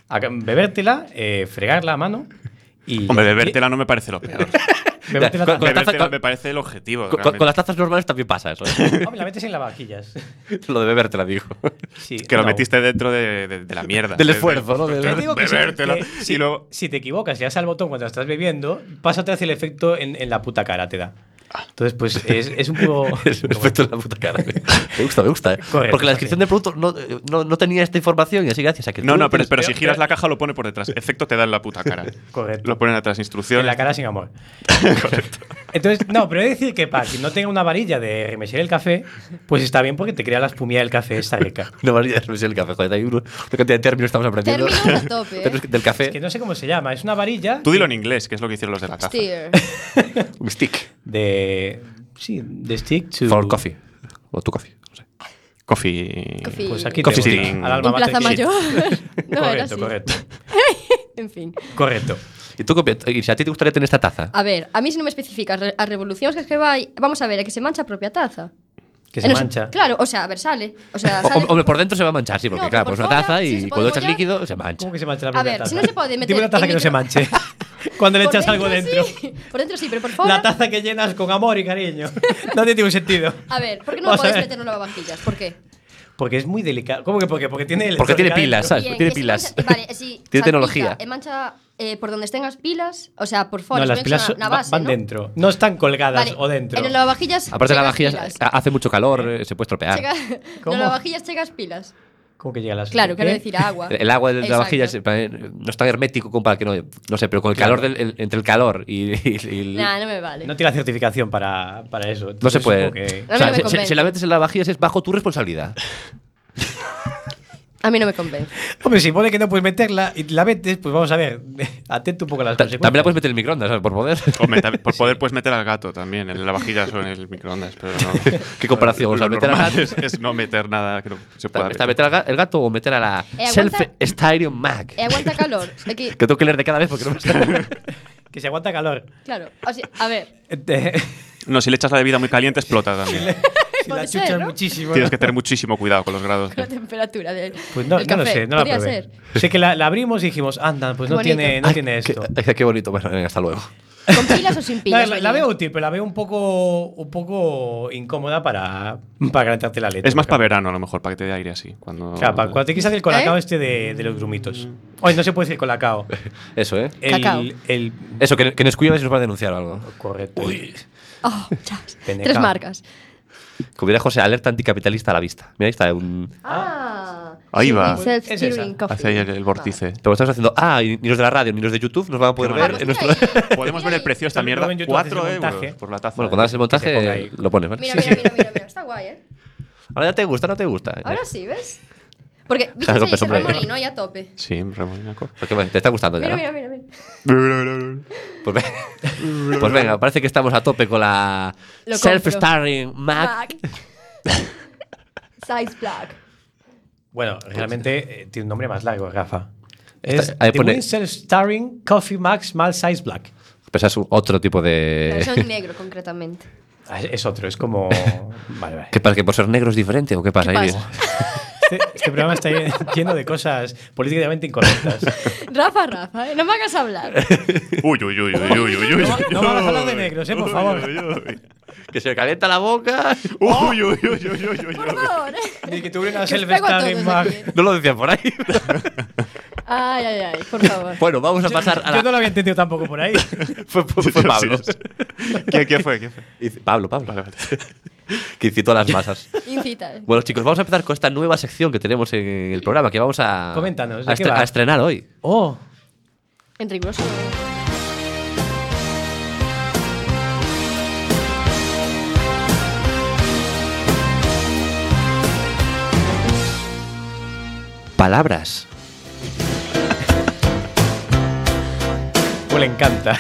a- bebértela, eh, fregarla a mano y... Hombre, bebértela no me parece lo peor. y- bebértela Con- con la taza- Bebértela con- me parece el objetivo. Con, con- realmente. con las tazas normales también pasa eso. ¿eh? Hombre, la metes en lavavajillas. Lo de beber te la digo. Sí, Que lo no. metiste dentro de, de- de la mierda. Del De- esfuerzo, ¿no? de- Yo digo que si- Bebértela. que si, Y luego. si te equivocas, le das al botón cuando la estás bebiendo, pasa otra vez el efecto en, en la puta cara, te da. Ah. Entonces, pues es, es un poco. Es un efecto en la puta cara. Me gusta, me gusta. ¿eh? Correcto, Porque la descripción sí. del producto no, no, no tenía esta información y así gracias a que No, tú no, pero, tienes- pero si giras la caja lo pone por detrás. Efecto te da en la puta cara. Correcto. Lo ponen atrás, En instrucciones. la cara sin amor. Entonces, no, pero he de decir que para quien no tenga una varilla de remesar el café, pues está bien porque te crea la espumilla del café esta rica. Una varilla de expresión del café. Joder, hay uno- una cantidad de términos estamos aprendiendo. Términos a tope, ¿eh? Términos Del café. Que no sé cómo se llama, es una varilla Tú dilo en inglés, que es lo que hicieron los de la taza. eh. Steer. Un stick. de. Sí, de stick to. For coffee. O tu coffee. no sé. Coffee. Coffee. Pues aquí Coffee tenemos stick. al alma En Plaza mater- Mayor. no, era Correcto, así. correcto. En fin. Correcto. ¿Y tú, Copia, y si a ti te gustaría tener esta taza? A ver, a mí si no me especificas re- a revoluciones que es que va y- Vamos a ver, a que se mancha a propia taza. Que Eh, se no sé- mancha. Claro, o sea, a ver, sale. O sea, O- sale. Hombre, por dentro se va a manchar, sí, porque No, claro, pero pues por una taza fuera, y si se cuando puede echas mollar- líquido se mancha. ¿Cómo que se mancha la A primera ver, taza? si no se puede meter Dime una taza en que no se micro- manche. Cuando le Por echas algo dentro. Sí. Por dentro sí, pero por fuera. La taza que llenas con amor y cariño. No tiene ningún sentido. A ver, ¿por qué no Vamos a podéis ver. meterlo en lavavajillas? ¿Por qué? Porque es muy delicado. ¿Cómo que por qué? Porque tiene... el- Porque tiene el- pilas, ¿sabes? Bien, tiene que se pilas. Eh, mancha- vale, sí, tiene salpica, tecnología. eh, mancha eh, por donde tengas pilas, o sea, por fuera. No, las supongo que pilas es una- una va- base, van ¿no? dentro. No están colgadas Vale, o dentro. En el lavavajillas. Aparte de la chegas vajilla, pilas. hace mucho calor, eh, se puede estropear. Chega- En ah, ¿Cómo? el lavavajillas chegas pilas. ¿Cómo que llega las ¿Eh? Claro, ¿Qué? quiero decir agua. El, el agua de la Exacto. vajilla se- eh, no es tan hermético como para que no. No sé, pero con el Claro. calor del, el- entre el calor y. y- y el- Nah, no me vale. No tiene la certificación para, para eso. no se Entonces, puede. supongo que- A mí O sea, no me si- si, convence. la metes en la vajilla es bajo tu responsabilidad. A mí no me convence. Hombre, si pone que no puedes meterla y la metes, pues vamos a ver. Atento un poco a las Ta- consecuencias. También la puedes meter en el microondas, ¿sabes? Por poder. Hombre, también- por poder puedes meter al gato también en la vajilla o en el microondas, pero no. ¿Qué comparación? O sea, Lo meter al normal gato. Es, es no meter nada que no se pueda. Está, está meter al ga- el gato o meter a la Eh, Self aguanta. Styrian Mac. E aguanta calor. É que, Que tengo que leer de cada vez porque no me está. Que se aguanta calor. claro, o sea, a ver, Este, No, si le echas la bebida muy caliente explota también. si la Puede chuchas ser, ¿no? muchísimo. Tienes que tener muchísimo cuidado con los grados. con la temperatura del Pues no, del no lo café. sé, no la Podría probé. ser. Sé que la, la abrimos y dijimos, anda, pues no Bonito. tiene, no tiene esto. Qué, qué bonito. Bueno, venga, hasta luego. Con pilas o sin La, pilas. la- la Belén? veo útil, pero la veo un poco, un poco incómoda para, para calentarte la leche. Es más para verano, a lo mejor, para que te dé aire así. Cuando... Claro, para- cuando te quieres hacer el colacao ¿Eh? Mm. este de, de los grumitos. Hoy no se puede decir colacao. Eso, ¿eh? El, Cacao. el- Eso, que, que en Escuyo a ver si nos va a denunciar o algo. correcto. Oh, chas. Peneca. Tres marcas. Como diría José, alerta anticapitalista a la vista. Mira, ahí está un. Ah. Ahí va. self Es esa. Hacia ahí el, el vórtice. Pero estamos haciendo. Ah, y ni los de la radio ni los de YouTube nos van a poder Ah, Qué ver pues maravilla. en nuestro. Podemos ver el precio de esta Esto lo mierda. pongo en YouTube, Cuatro haces el montaje. euros por la taza. Bueno, cuando hagas el Que se ponga montaje, ahí. lo pones, ¿vale? Mira, mira, mira, mira, mira, está guai, eh? Ahora ya te gusta, no te gusta. Ahora sí, ves? Porque viste Claro, claro, pero hombre. Ramón y no, ya a tope. Sí, remolinaco. Porque, bueno, te está gustando ya. Mira, ¿no? mira, mira, mira. Pues, ve- pues venga, parece que estamos a tope con la Lo Ah. self-starring Mac. Black. Size black. Bueno, realmente eh, tiene un nombre más largo, Rafa. Está- Es ahí The pone- Windsor Starring Coffee Max Mal Size Black. Pues es un- otro tipo La versión de. negro, concretamente. Ah, Es es otro, es como. Vale, vale. ¿Qué pasa? ¿Que por ser negro es diferente o qué pasa? ¿Qué Ahí- pasa? Este, este programa está lleno de cosas políticamente incorrectas. Rafa, Rafa, eh, no me hagas hablar. Uy, uy, uy, uy, uy, uy, uy. No, no vamos a hablar de negros, eh, por favor. Uy, uy, Que se calienta la boca. Oh. uy, uy, uy, uy, uy, uy. Por favor. eh. Ni que tuviera Que os pego a todos aquí. No lo decía por ahí. Ay, ay, ay, por favor. Bueno, vamos a pasar a Yo no la. lo había entendido tampoco por ahí. Fue, fue- fue Pablo. Sí, sí. ¿Quién, quién fue? ¿Quién fue? Dice- Pablo, Pablo. Que incitó a las masas. Incita. ¿eh? Bueno, chicos, vamos a empezar con esta nueva sección que tenemos en el programa, que vamos a, Coméntanos, ¿de a, qué estre- va? a estrenar hoy. Oh, En riguroso. Palabras. pues le encanta.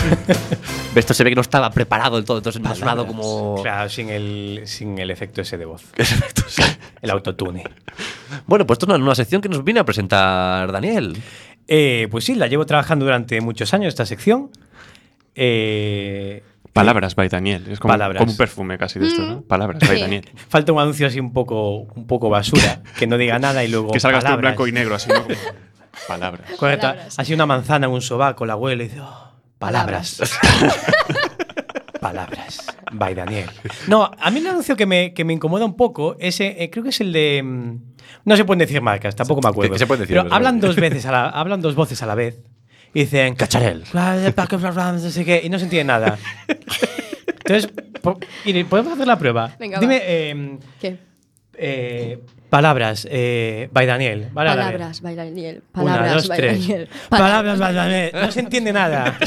Esto se ve que no estaba preparado del todo, entonces me ha sonado como... Claro, sin el, sin Oh. el efecto ese de voz. El autotune. Bueno, pues esto es una nueva sección que nos viene a presentar Daniel. Eh, pues sí, la llevo trabajando durante muchos años esta sección. Eh, Palabras by Daniel. Es como, Palabras. Mm. como un perfume casi de esto, ¿no? Palabras by Sí. Daniel. falta un anuncio así un poco, un poco basura, que no diga nada y luego. Que salgas tú en palabras. blanco y negro, así, ¿no? Como- Palabras. Correcto. Palabras. Así una manzana en un sobaco, la huele y dice, "Oh, palabras. palabras. By Daniel. No, a mí un anuncio que me, que me incomoda un poco, ese, creo que es el de. mm, No se pueden decir marcas, tampoco me acuerdo. Que- que se pueden decir, pero pero- hablan dos veces a la- hablan dos voces a la vez. Y dicen. Cacharel. No sé qué, y no se entiende nada. Entonces, po- Irene, podemos hacer la prueba. Venga, Dime, va. eh, ¿Qué? eh, palabras, eh, by Daniel. vale, a la vez. Palabras, baila Daniel. Una, Palabras, dos, baila tres. Daniel. Palabras, Daniel. No se entiende nada.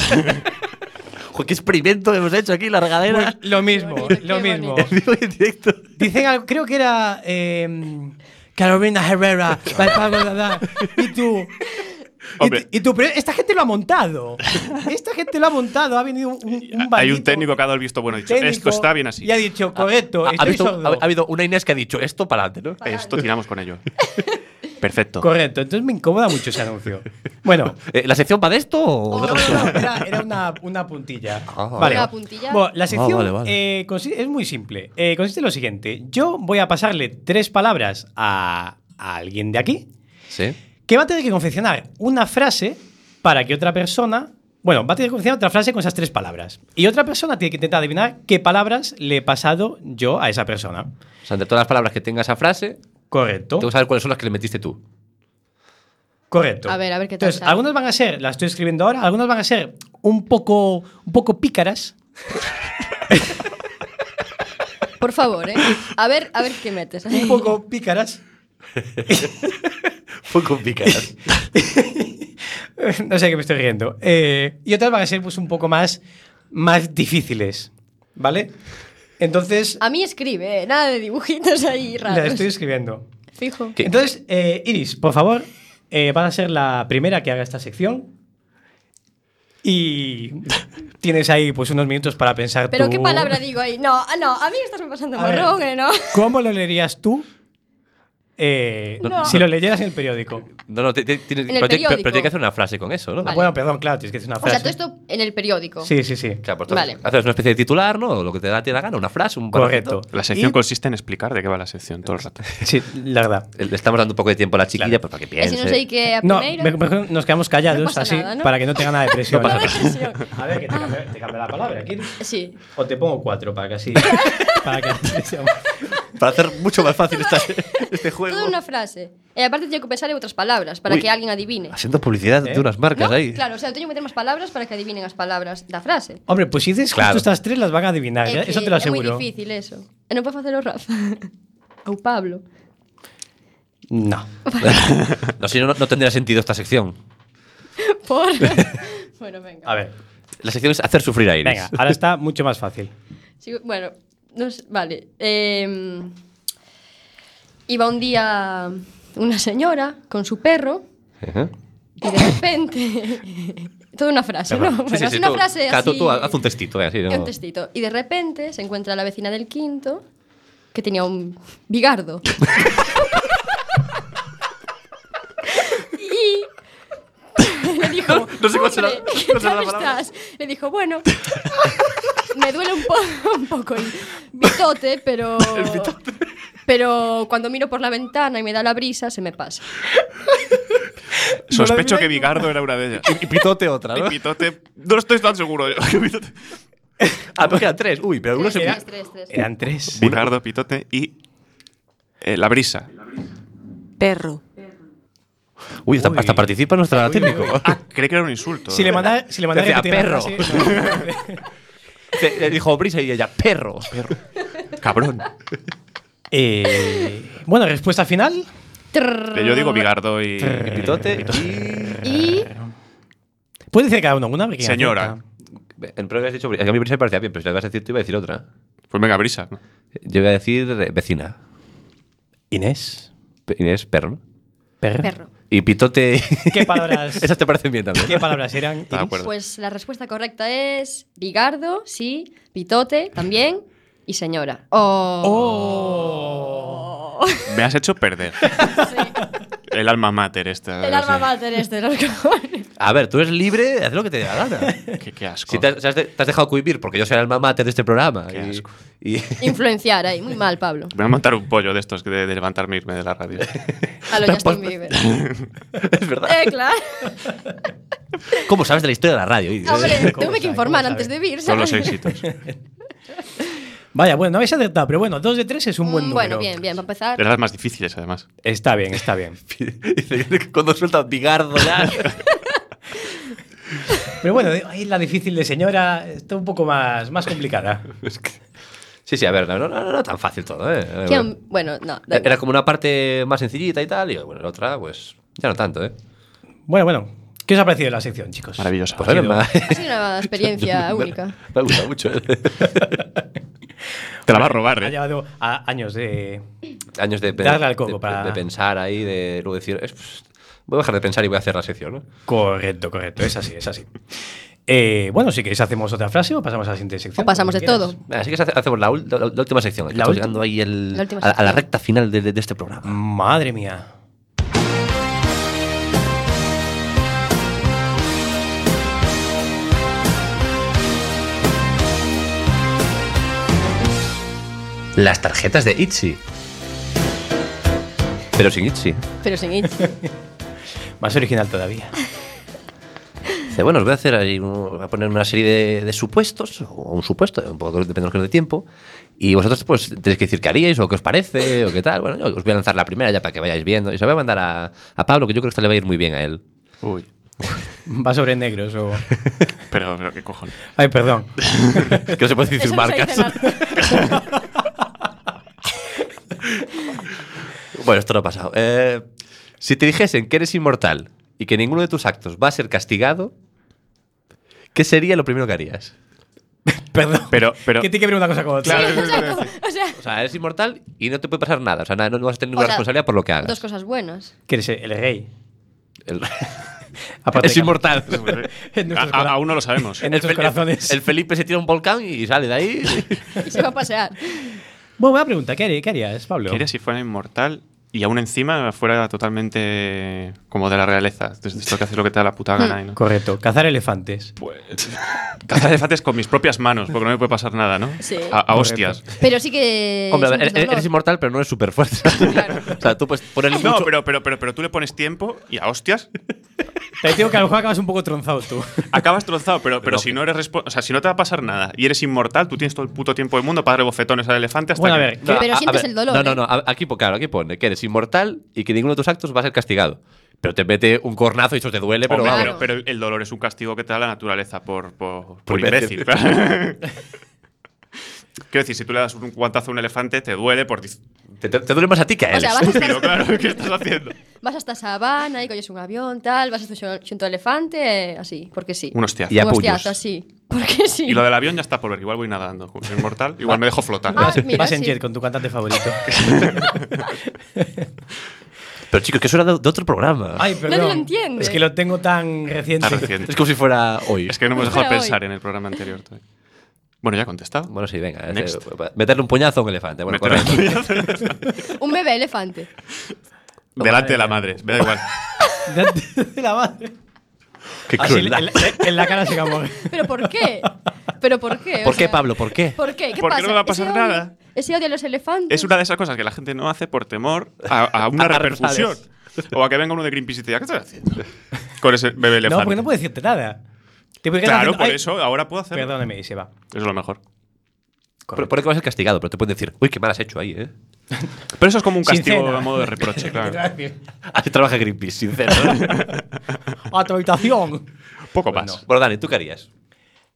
Jo, ¡Qué experimento hemos hecho aquí en la regadera! Pues lo mismo, Qué bonito, qué lo mismo. bonito. En vivo y en directo. Dicen algo, creo que era eh, Carolina Herrera, la de Pablo Dada, y tú. Y, Hombre. t- y tú, pero esta gente lo ha montado. Esta gente lo ha montado. Ha venido un, un Hay un maldito técnico que ha dado el visto bueno y ha dicho, esto técnico está bien así. Y ha dicho, correcto, Ha, ha estoy habido- sordo. ha- ha habido una Inés que ha dicho esto para adelante, ¿no? Esto tiramos con ello. Perfecto. Correcto, entonces me incomoda mucho ese anuncio. Bueno, Eh, ¿La sección va de esto o No, no, no, Ah, era, era una, una puntilla. Ah, vale. Una puntilla. Bueno, la sección Ah, vale, vale. eh, consi- es muy simple. Eh, consiste en lo siguiente. Yo voy a pasarle tres palabras a, a alguien de aquí Sí. que va a tener que confeccionar una frase para que otra persona... Bueno, va a tener que confeccionar otra frase con esas tres palabras. Y otra persona tiene que intentar adivinar qué palabras le he pasado yo a esa persona. O sea, entre todas las palabras que tenga esa frase, Correcto. tengo que saber cuáles son las que le metiste tú. Correcto. A ver, a ver qué tal Entonces, sale. algunas van a ser, las estoy escribiendo ahora, algunas van a ser un poco, un poco pícaras. Por favor, eh. A ver, a ver qué metes. Un poco pícaras. Fue complicado. no sé qué me estoy riendo. Eh, y otras van a ser pues un poco más, más difíciles, ¿vale? Entonces, A mí escribe, eh, nada de dibujitos ahí raros. la estoy escribiendo. Fijo. ¿Qué? Entonces, eh, Iris, por favor, eh, vas a ser la primera que haga esta sección. Y tienes ahí pues unos minutos para pensar Pero tú- qué palabra digo ahí. No, ah, no, a mí estás me pasando A ver. marrón, eh, no. ¿Cómo lo leerías tú eh, No. si lo leyeras en el periódico? No, no, te- te- tienes- En el pero, te- pero- pero periódico. tienes que hacer una frase con eso, ¿no? Vale. Bueno, perdón, claro, tienes que decir una O frase. sea, todo esto en el periódico. Sí, sí, sí. Claro, pues tú Vale. haces una especie de titular, ¿no? Lo que te da, te da gana, una frase, un Correcto. La sección Y- consiste en explicar de qué va la sección todo el rato. Sí, la verdad. Eh, Le estamos dando un poco de tiempo a la chiquilla pues, para que E piense. se non sei que a No, primeira... me- mejor nos quedamos callados No pasa así nada, ¿no? para que no tenga nada de presión. No pasa Nada de presión. A ver, que te cambia, te cambia la palabra. ¿quieres? Sí. O te pongo cuatro para que así. para que sea más- Para hacer mucho más fácil esta- este juego. Toda unha frase. E aparte teño que pensar en outras palabras para Ui. que alguén adivine. Haciendo publicidad ¿Eh? de unas marcas No, ahí. claro, o sea, teño que meter máis palabras para que adivinen as palabras da frase. Hombre, pues si dices Claro. justo estas tres, las van a adivinar. É ¿eh? que Eso te lo É aseguro. moi difícil eso. E non pode facelo Rafa. Ou Pablo. No. No, si no, no- no tendría sentido esta sección. Por... bueno, venga. A ver. La sección es hacer sufrir a Iris. Venga, ahora está mucho más fácil. Sigo- bueno, no sé, vale. Eh, iba un día una señora con su perro Ajá. y de repente... toda una frase, ¿no? Sí, Bueno, sí, es sí, una tú- frase claro, tú- así... tú haz un textito, eh, así, ¿no? un textito. Y de repente se encuentra la vecina del quinto que tenía un bigardo. y le dijo, No, no sé cuál será- "Hombre, cuál ¿qué será la tal palabra". estás? Le dijo, bueno, me duele un, po- un poco el bitote, pero... Pero cuando miro por la ventana y me da la brisa, se me pasa. Sospecho que Vigardo era una de ellas. Y pitote otra, Y Pitote. No estoy tan seguro. yo. Pitote. Ah, pero quedan tres. Uy, pero uno Tres, tres, se... tres, tres. Eran tres. Vigardo, Pitote y. eh, la brisa. Perro. Uy, hasta, hasta participa nuestra técnico. Ah, creí que era un insulto. ¿eh? Si le mandas si le mandara Decía, que ¿eh? repetiera la "Perro". frase, no. Te- Le eh, dijo Brisa y ella, perro. Cabrón. Eh, bueno, respuesta final. Que yo digo Vigardo y. Y Eh, pitote y... Y Puedes decir cada uno una porque Señora. acierta. En prueba habías dicho... Brisa. A mí Brisa me parecía bien, pero si la ibas a decir tú, iba a decir otra. Pues venga, brisa. Yo iba a decir eh, vecina. Inés. Pe- Inés, perro. ¿no? Perro. perro. Y pitote... ¿Qué palabras? Esas te parecen bien también. ¿Qué palabras eran? Está de Iris? acuerdo. Pues la respuesta correcta es Bigardo, sí, Pitote también y señora. Oh. Oh. Me has hecho perder. El alma mater ¿eh? esta. El no alma sé. mater este de los cojones. A ver, tú eres libre, haz lo que te dé la gana. Qué, qué asco. Si te, has- te has dejado cohibir porque yo soy el alma mater de este programa. Qué y- asco. y- Influenciar ahí, muy mal, Pablo. Voy a montar un pollo de estos de, de levantarme e irme de la radio. A lo Justin Bieber. es verdad. Eh, claro. ¿Cómo sabes de la historia de la radio? Iris? Hombre, ¿Cómo tuve sabe? que informar ¿Cómo antes de sabe? vir, Son los ¿sabes? éxitos. Vaya, bueno, no habéis acertado, pero bueno, dos de tres es un buen Mm, número. Bueno, bien, bien, para empezar. De las más difíciles, además. Está bien, está bien. Dice, Cuando suelta Bigardo, ya. Pero bueno, ahí la difícil de señora está un poco más, más complicada. Sí, sí, a ver, no, no, no, no tan fácil todo, ¿eh? Eh, ¿Quién? Bueno, bueno. no. da Era igual. como una parte más sencillita y tal, y bueno, la otra, pues ya no tanto, ¿eh? Bueno, bueno. ¿Qué os ha parecido la sección, chicos? Maravilloso. Pues era sido- más. Ha sido una experiencia única. Me ha gustado mucho. ¿eh? Te la va a robar, Ha ¿eh? llevado a- años de... Años de, pe- Darle al coco de- para- de pensar ahí, de luego decir, "Es, pues, voy a dejar de pensar y voy a hacer la sección, ¿no? Correcto, correcto. Es así, es así. Eh, bueno, si queréis hacemos otra frase o pasamos a la siguiente sección. O pasamos Como de quieras. todo. Venga, Así que hace- hacemos la, ul- la- la última sección. que La Estamos ulti- llegando ahí el- La última a, a la sección. recta final de, de- de este programa. Madre mía. Las tarjetas de Itchy. Pero sin Itchy. Pero sin ir. Más original todavía. Dice, bueno, os voy a hacer ahí un- voy a poner una serie de, de supuestos, o un supuesto, un poco depende de lo que os dé tiempo, y vosotros pues tenéis que decir qué haríais, o qué os parece, o qué tal. Bueno, yo os voy a lanzar la primera ya para que vayáis viendo, y se la voy a mandar a, a Pablo, que yo creo que esta le va a ir muy bien a él. Uy. Va sobre negros o... Pero, pero qué cojones. Ay, perdón. Que no se puede decir Eso sus no se dice marcas. nada. bueno, esto no ha pasado. Eh, si te dijesen que eres inmortal y que ninguno de tus actos va a ser castigado, ¿qué sería lo primero que harías? Perdón. Pero, pero. Que tiene que ver una cosa con otra. Claro, eso es lo que Exacto. decía. O sea, O sea, eres inmortal y no te puede pasar nada. O sea, na- no vas a tener ninguna O sea, responsabilidad por lo que dos hagas. cosas buenas. Que eres el rey. El- Aparte es de- inmortal. En nuestros A- a- cora- aún no lo sabemos. En nuestros Fel- corazones. el Felipe se tira a un volcán y sale de ahí. Y se va a pasear. Bueno, buena pregunta. ¿Qué haría- qué harías, Pablo? ¿Qué haría si fuera inmortal y aún encima fuera totalmente como de la realeza? Desde esto que haces lo que te da la puta gana. y no- Correcto. Cazar elefantes. Pues. Cazar elefantes con mis propias manos, porque no me puede pasar nada, ¿no? Sí. A, a hostias. Pero sí que. Hombre, a es ver, un eres, dolor. eres inmortal, pero no eres súper fuerte. o sea, tú puedes ponerle No, mucho- pero, pero, pero, pero tú le pones tiempo y a hostias Te digo que a lo mejor acabas un poco tronzado tú. acabas trozado, pero, Pero- pero si no eres respo- o sea, si no te va a pasar nada y eres inmortal, tú tienes todo el puto tiempo del mundo para darle bofetones al elefante hasta Bueno, a que- ver. Pero sientes el dolor, No, no, ¿eh? no. a- Aquí, po- claro, aquí pone que eres inmortal y que ninguno de tus actos va a ser castigado. Pero te mete un cornazo y eso te duele, pero Hombre, vamos. pero, pero el dolor es un castigo que te da la naturaleza por, por, por Por imbécil. imbécil. claro. Quiero decir, si tú le das un guantazo a un elefante, te duele por dis- Te, te- te duele más a ti que a él. O sea, vas a estúpido, estar- claro, ¿qué estás haciendo? Vas hasta Sabana y coges un avión, tal, vas hasta xunto ao elefante, eh, así, porque sí. Un hostiazo. Y a Un hostiazo, puños. así, porque sí. Y lo del avión ya está por ver, igual voy nadando. Como soy inmortal, igual me dejo flotar. Ah, mira, Vas en sí. jet con tu cantante favorito. Pero chicos, que eso era de, de otro programa. Ay, perdón. Nadie lo entiende. Es que lo tengo tan reciente. Está reciente. es como si fuera hoy. Es que no hemos Pero dejado de hoy. pensar en el programa anterior. todavía. Bueno, ya he contestado. Bueno, sí, venga. Next. este, meterle un puñazo a un elefante. Bueno, Meter- correcto. Un bebé elefante. Delante de la madre, me da igual. De, de la madre. Qué Ah, Así en, crueldad. en- en la cara se acabó. ¿Pero por qué? ¿Pero por qué? O ¿Por qué, sea, Pablo? ¿Por qué? ¿Por qué? ¿Qué ¿Por qué pasa? no me va a pasar Ese odio- nada? Ese odio a los elefantes. Es una de esas cosas que la gente no hace por temor a, a una A repercusión. represalias. O a que venga uno de Greenpeace y te diga, ¿qué estás haciendo? Con ese bebé elefante. No, porque no puede decirte nada. Te puede quedar Claro, haciendo- por Ay, eso ahora puedo hacerlo. Perdóname, y se va. Eso es lo mejor. Por, por que vas a ser castigado, pero te pueden decir, uy, qué mal has hecho ahí, ¿eh? Pero eso es como un Sin castigo cena. a modo de reproche, claro. Así trabaja Greenpeace, sincero. A tu habitación. Poco Pues más. bueno, Dani, ¿tú qué harías?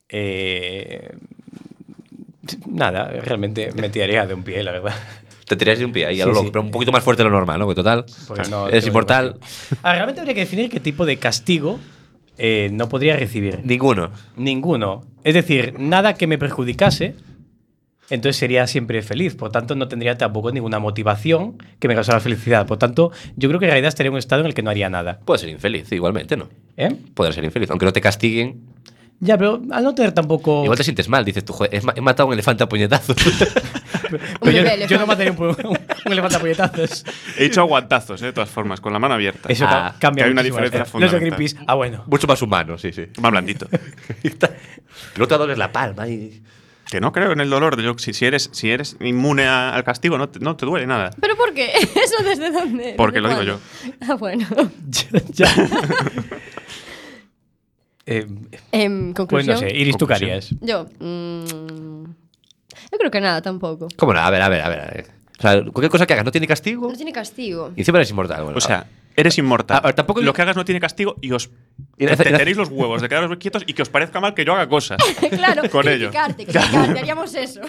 Eh, nada, realmente me tiraría de un pie, la verdad. Te tirarías de un pie ahí, a Sí, lo loco, sí. pero un poquito más fuerte de lo normal, ¿no? Que total, Porque no eres tengo inmortal. demasiado. Ahora, realmente habría que definir qué tipo de castigo eh, no podría recibir. Ninguno. Ninguno. Es decir, nada que me perjudicase. Entonces sería siempre feliz, por tanto no tendría tampoco ninguna motivación que me causara felicidad. Por tanto, yo creo que en realidad estaría en un estado en el que no haría nada. Puedes ser infeliz, igualmente, ¿no? ¿eh? Puedes ser infeliz, aunque no te castiguen. Ya, pero al no tener tampoco... Igual te sientes mal, dices tú, "Joder, he ma- he matado a un elefante a puñetazos. Pero yo, bebé yo no elefante. mataría un, pu- un, un elefantapuñetazos. He dicho aguantazos, eh, de todas formas, con la mano abierta. Eso Ah, ca- cambia que hay una muchísimo. diferencia Los de fundamental. Greenpeace. Ah, bueno. Mucho más humano, sí, sí. Más blandito. Pero te dobles la palma y... que no creo en el dolor. Yo, si, si eres, si eres inmune a- al castigo, no te, no te duele nada. ¿Pero por qué? ¿Eso desde dónde? Porque ¿Desde lo digo cuándo? Ah, bueno. ya. Eh, Em, pues no conclusión. sé, Iris, ¿tú qué Conclusión. harías? Yo. mm, yo creo que nada tampoco. ¿Cómo no? A ver, a ver, a ver. a ver. O sea, cualquier cosa que hagas no tiene castigo No tiene castigo. y encima eres inmortal. Bueno, O sea, eres inmortal. Ah, tampoco- Lo que hagas no tiene castigo y os Y- te- tenéis los huevos de quedaros quietos y que os parezca mal que yo haga cosas. claro, Con ello. criticarte, criticarte, haríamos eso.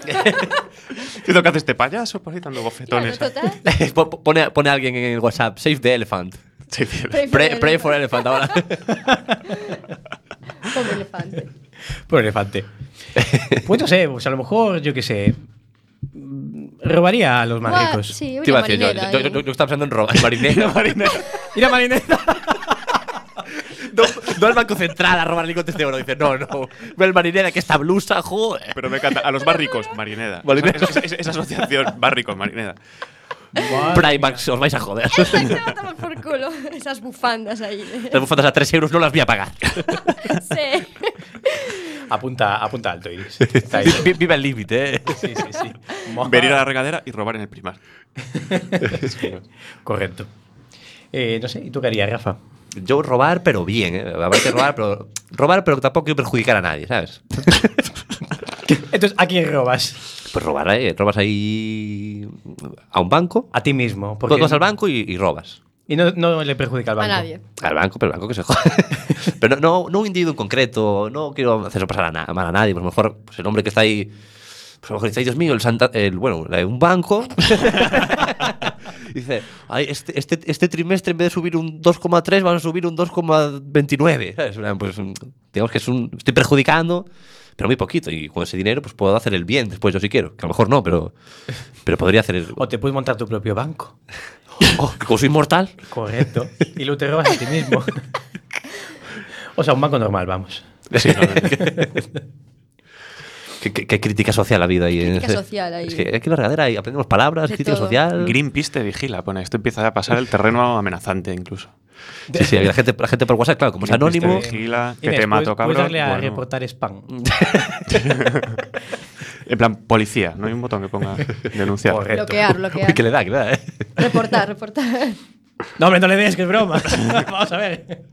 Diciendo que hace este payaso por ahí dando claro, bofetones. total. Po- po- pone, pone a alguien en el WhatsApp, save the elephant. Sí, tío. Pray for Pray, the pray for elephant ahora. Pobre elefante. Por elefante. Pues no sé, pues a lo mejor, yo qué sé. mm, Robaría a los más Buah, ricos. Sí, Te iba una a decir, yo, marinera. yo, yo- eh. yo- yo estaba pensando en robar. Marinero, marinero. Ir a Marinera. No, no al Banco Central a robar 50 euros. Dice, no, no. Ve el marinera que esta blusa, joder. Pero me encanta. A los más ricos, Marineda. Marineda. O sea, esa, esa- esa asociación, más ricos, Marineda. Primax, os vais a joder. Exacto, a tomar por culo. Esas bufandas ahí. Las bufandas a 3 euros no las voy a pagar. sí. Apunta, apunta alto, Iris. Está ahí. Vi- Viva el límite, eh. Sí, sí, sí. Venir a la regadera y robar en el primar. Correcto. Eh, no sé, ¿y tú qué harías, Rafa? Yo robar, pero bien, eh. Habrá que robar, pero, robar, pero tampoco quiero perjudicar a nadie, ¿sabes? Entonces, ¿a quién robas? Pues robar, eh. Robas ahí a un banco. A ti mismo. Porque... porque- Vas al banco y, y robas. Y no, no le perjudica al A banco. nadie. Al banco, pero el banco que se joda. pero no, no un individuo en concreto, no quiero hacerlo pasar a na- mal a nadie. Pues a lo mejor pues el hombre que está ahí, pues a lo mejor dice, "Ay, Dios mío, el Santa, el, bueno, la de un banco. dice, "Ay, este, este, este trimestre en vez de subir un 2,3 van a subir un 2,29. ¿sabes? En plan, Pues mm, digamos que es un, estoy perjudicando pero muy poquito. Y con ese dinero pues puedo hacer el bien después yo si quiero. Que a lo mejor no, pero, pero podría hacer el... O te puedes montar tu propio banco. Oh, que como soy inmortal. Correcto. Y lo te robas a ti mismo. o sea, un banco normal, vamos. Sí, no, ¿Qué, qué- qué crítica social la vida ahí. en Crítica ese- social ahí. Es que aquí en la regadera ahí aprendemos palabras, De crítica todo. social. Greenpeace te vigila, pone. Esto empieza a pasar el terreno amenazante incluso. Sí, sí, la gente, la gente por WhatsApp, claro, como es Greenpeace anónimo. Te vigila, que Eh, Inés, te mato, puedes- cabrón. Puedes darle a Bueno, reportar spam. En plan, policía. No hay un botón que ponga denunciar. Correcto. Bloquear, bloquear. Que le da, que le da, ¿eh? Reportar, reportar. No, hombre, no le des, que es broma. Vamos a ver.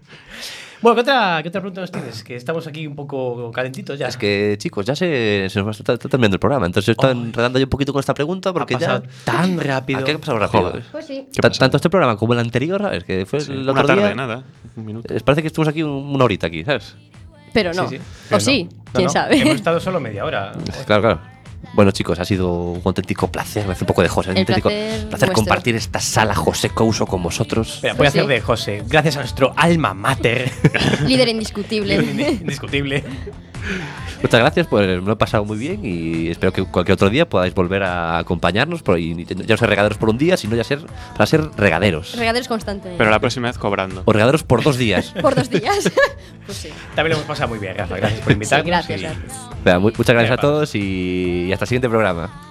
Bueno, ¿qué otra, qué otra pregunta nos tienes? Que estamos aquí un poco calentitos ya. Es que, chicos, ya se, se nos va- está, está terminando el programa. Entonces, estoy enredando yo un poquito con esta pregunta porque ha pasado ya. tan rápido. ¿A qué ha pasado rápido? Joder. Pues sí. ¿Qué Ta- pasó? Tanto este programa como el anterior, ¿sabes? Que fue Sí, el Una otro tarde, día. nada. Un minuto. Eh, Parece que estuvimos aquí un- una horita aquí, ¿sabes? Pero no. Sí, sí. O Pero no. sí, No, quién no, Hemos sabe. estado solo media hora. Claro, claro. Bueno, chicos, ha sido un auténtico placer, hace un poco de José, un El auténtico placer vuestro. compartir esta sala José Couso con vosotros. Espera, voy Pues a hacer sí. de José. Gracias a nuestro alma mater. Líder indiscutible. Indiscutible. Muchas gracias, pues me lo he pasado muy bien y espero que cualquier otro día podáis volver a acompañarnos por, y ya no ser regaderos por un día, sino ya ser para ser regaderos. Regaderos constantes. Pero la próxima vez cobrando. o regaderos por dos días. Por dos días. pues sí. También lo hemos pasado muy bien, Rafa. Gracias por Sí, invitarnos. gracias, y- gracias. Venga, mu- muchas gracias a Venga. todos y y hasta el siguiente programa.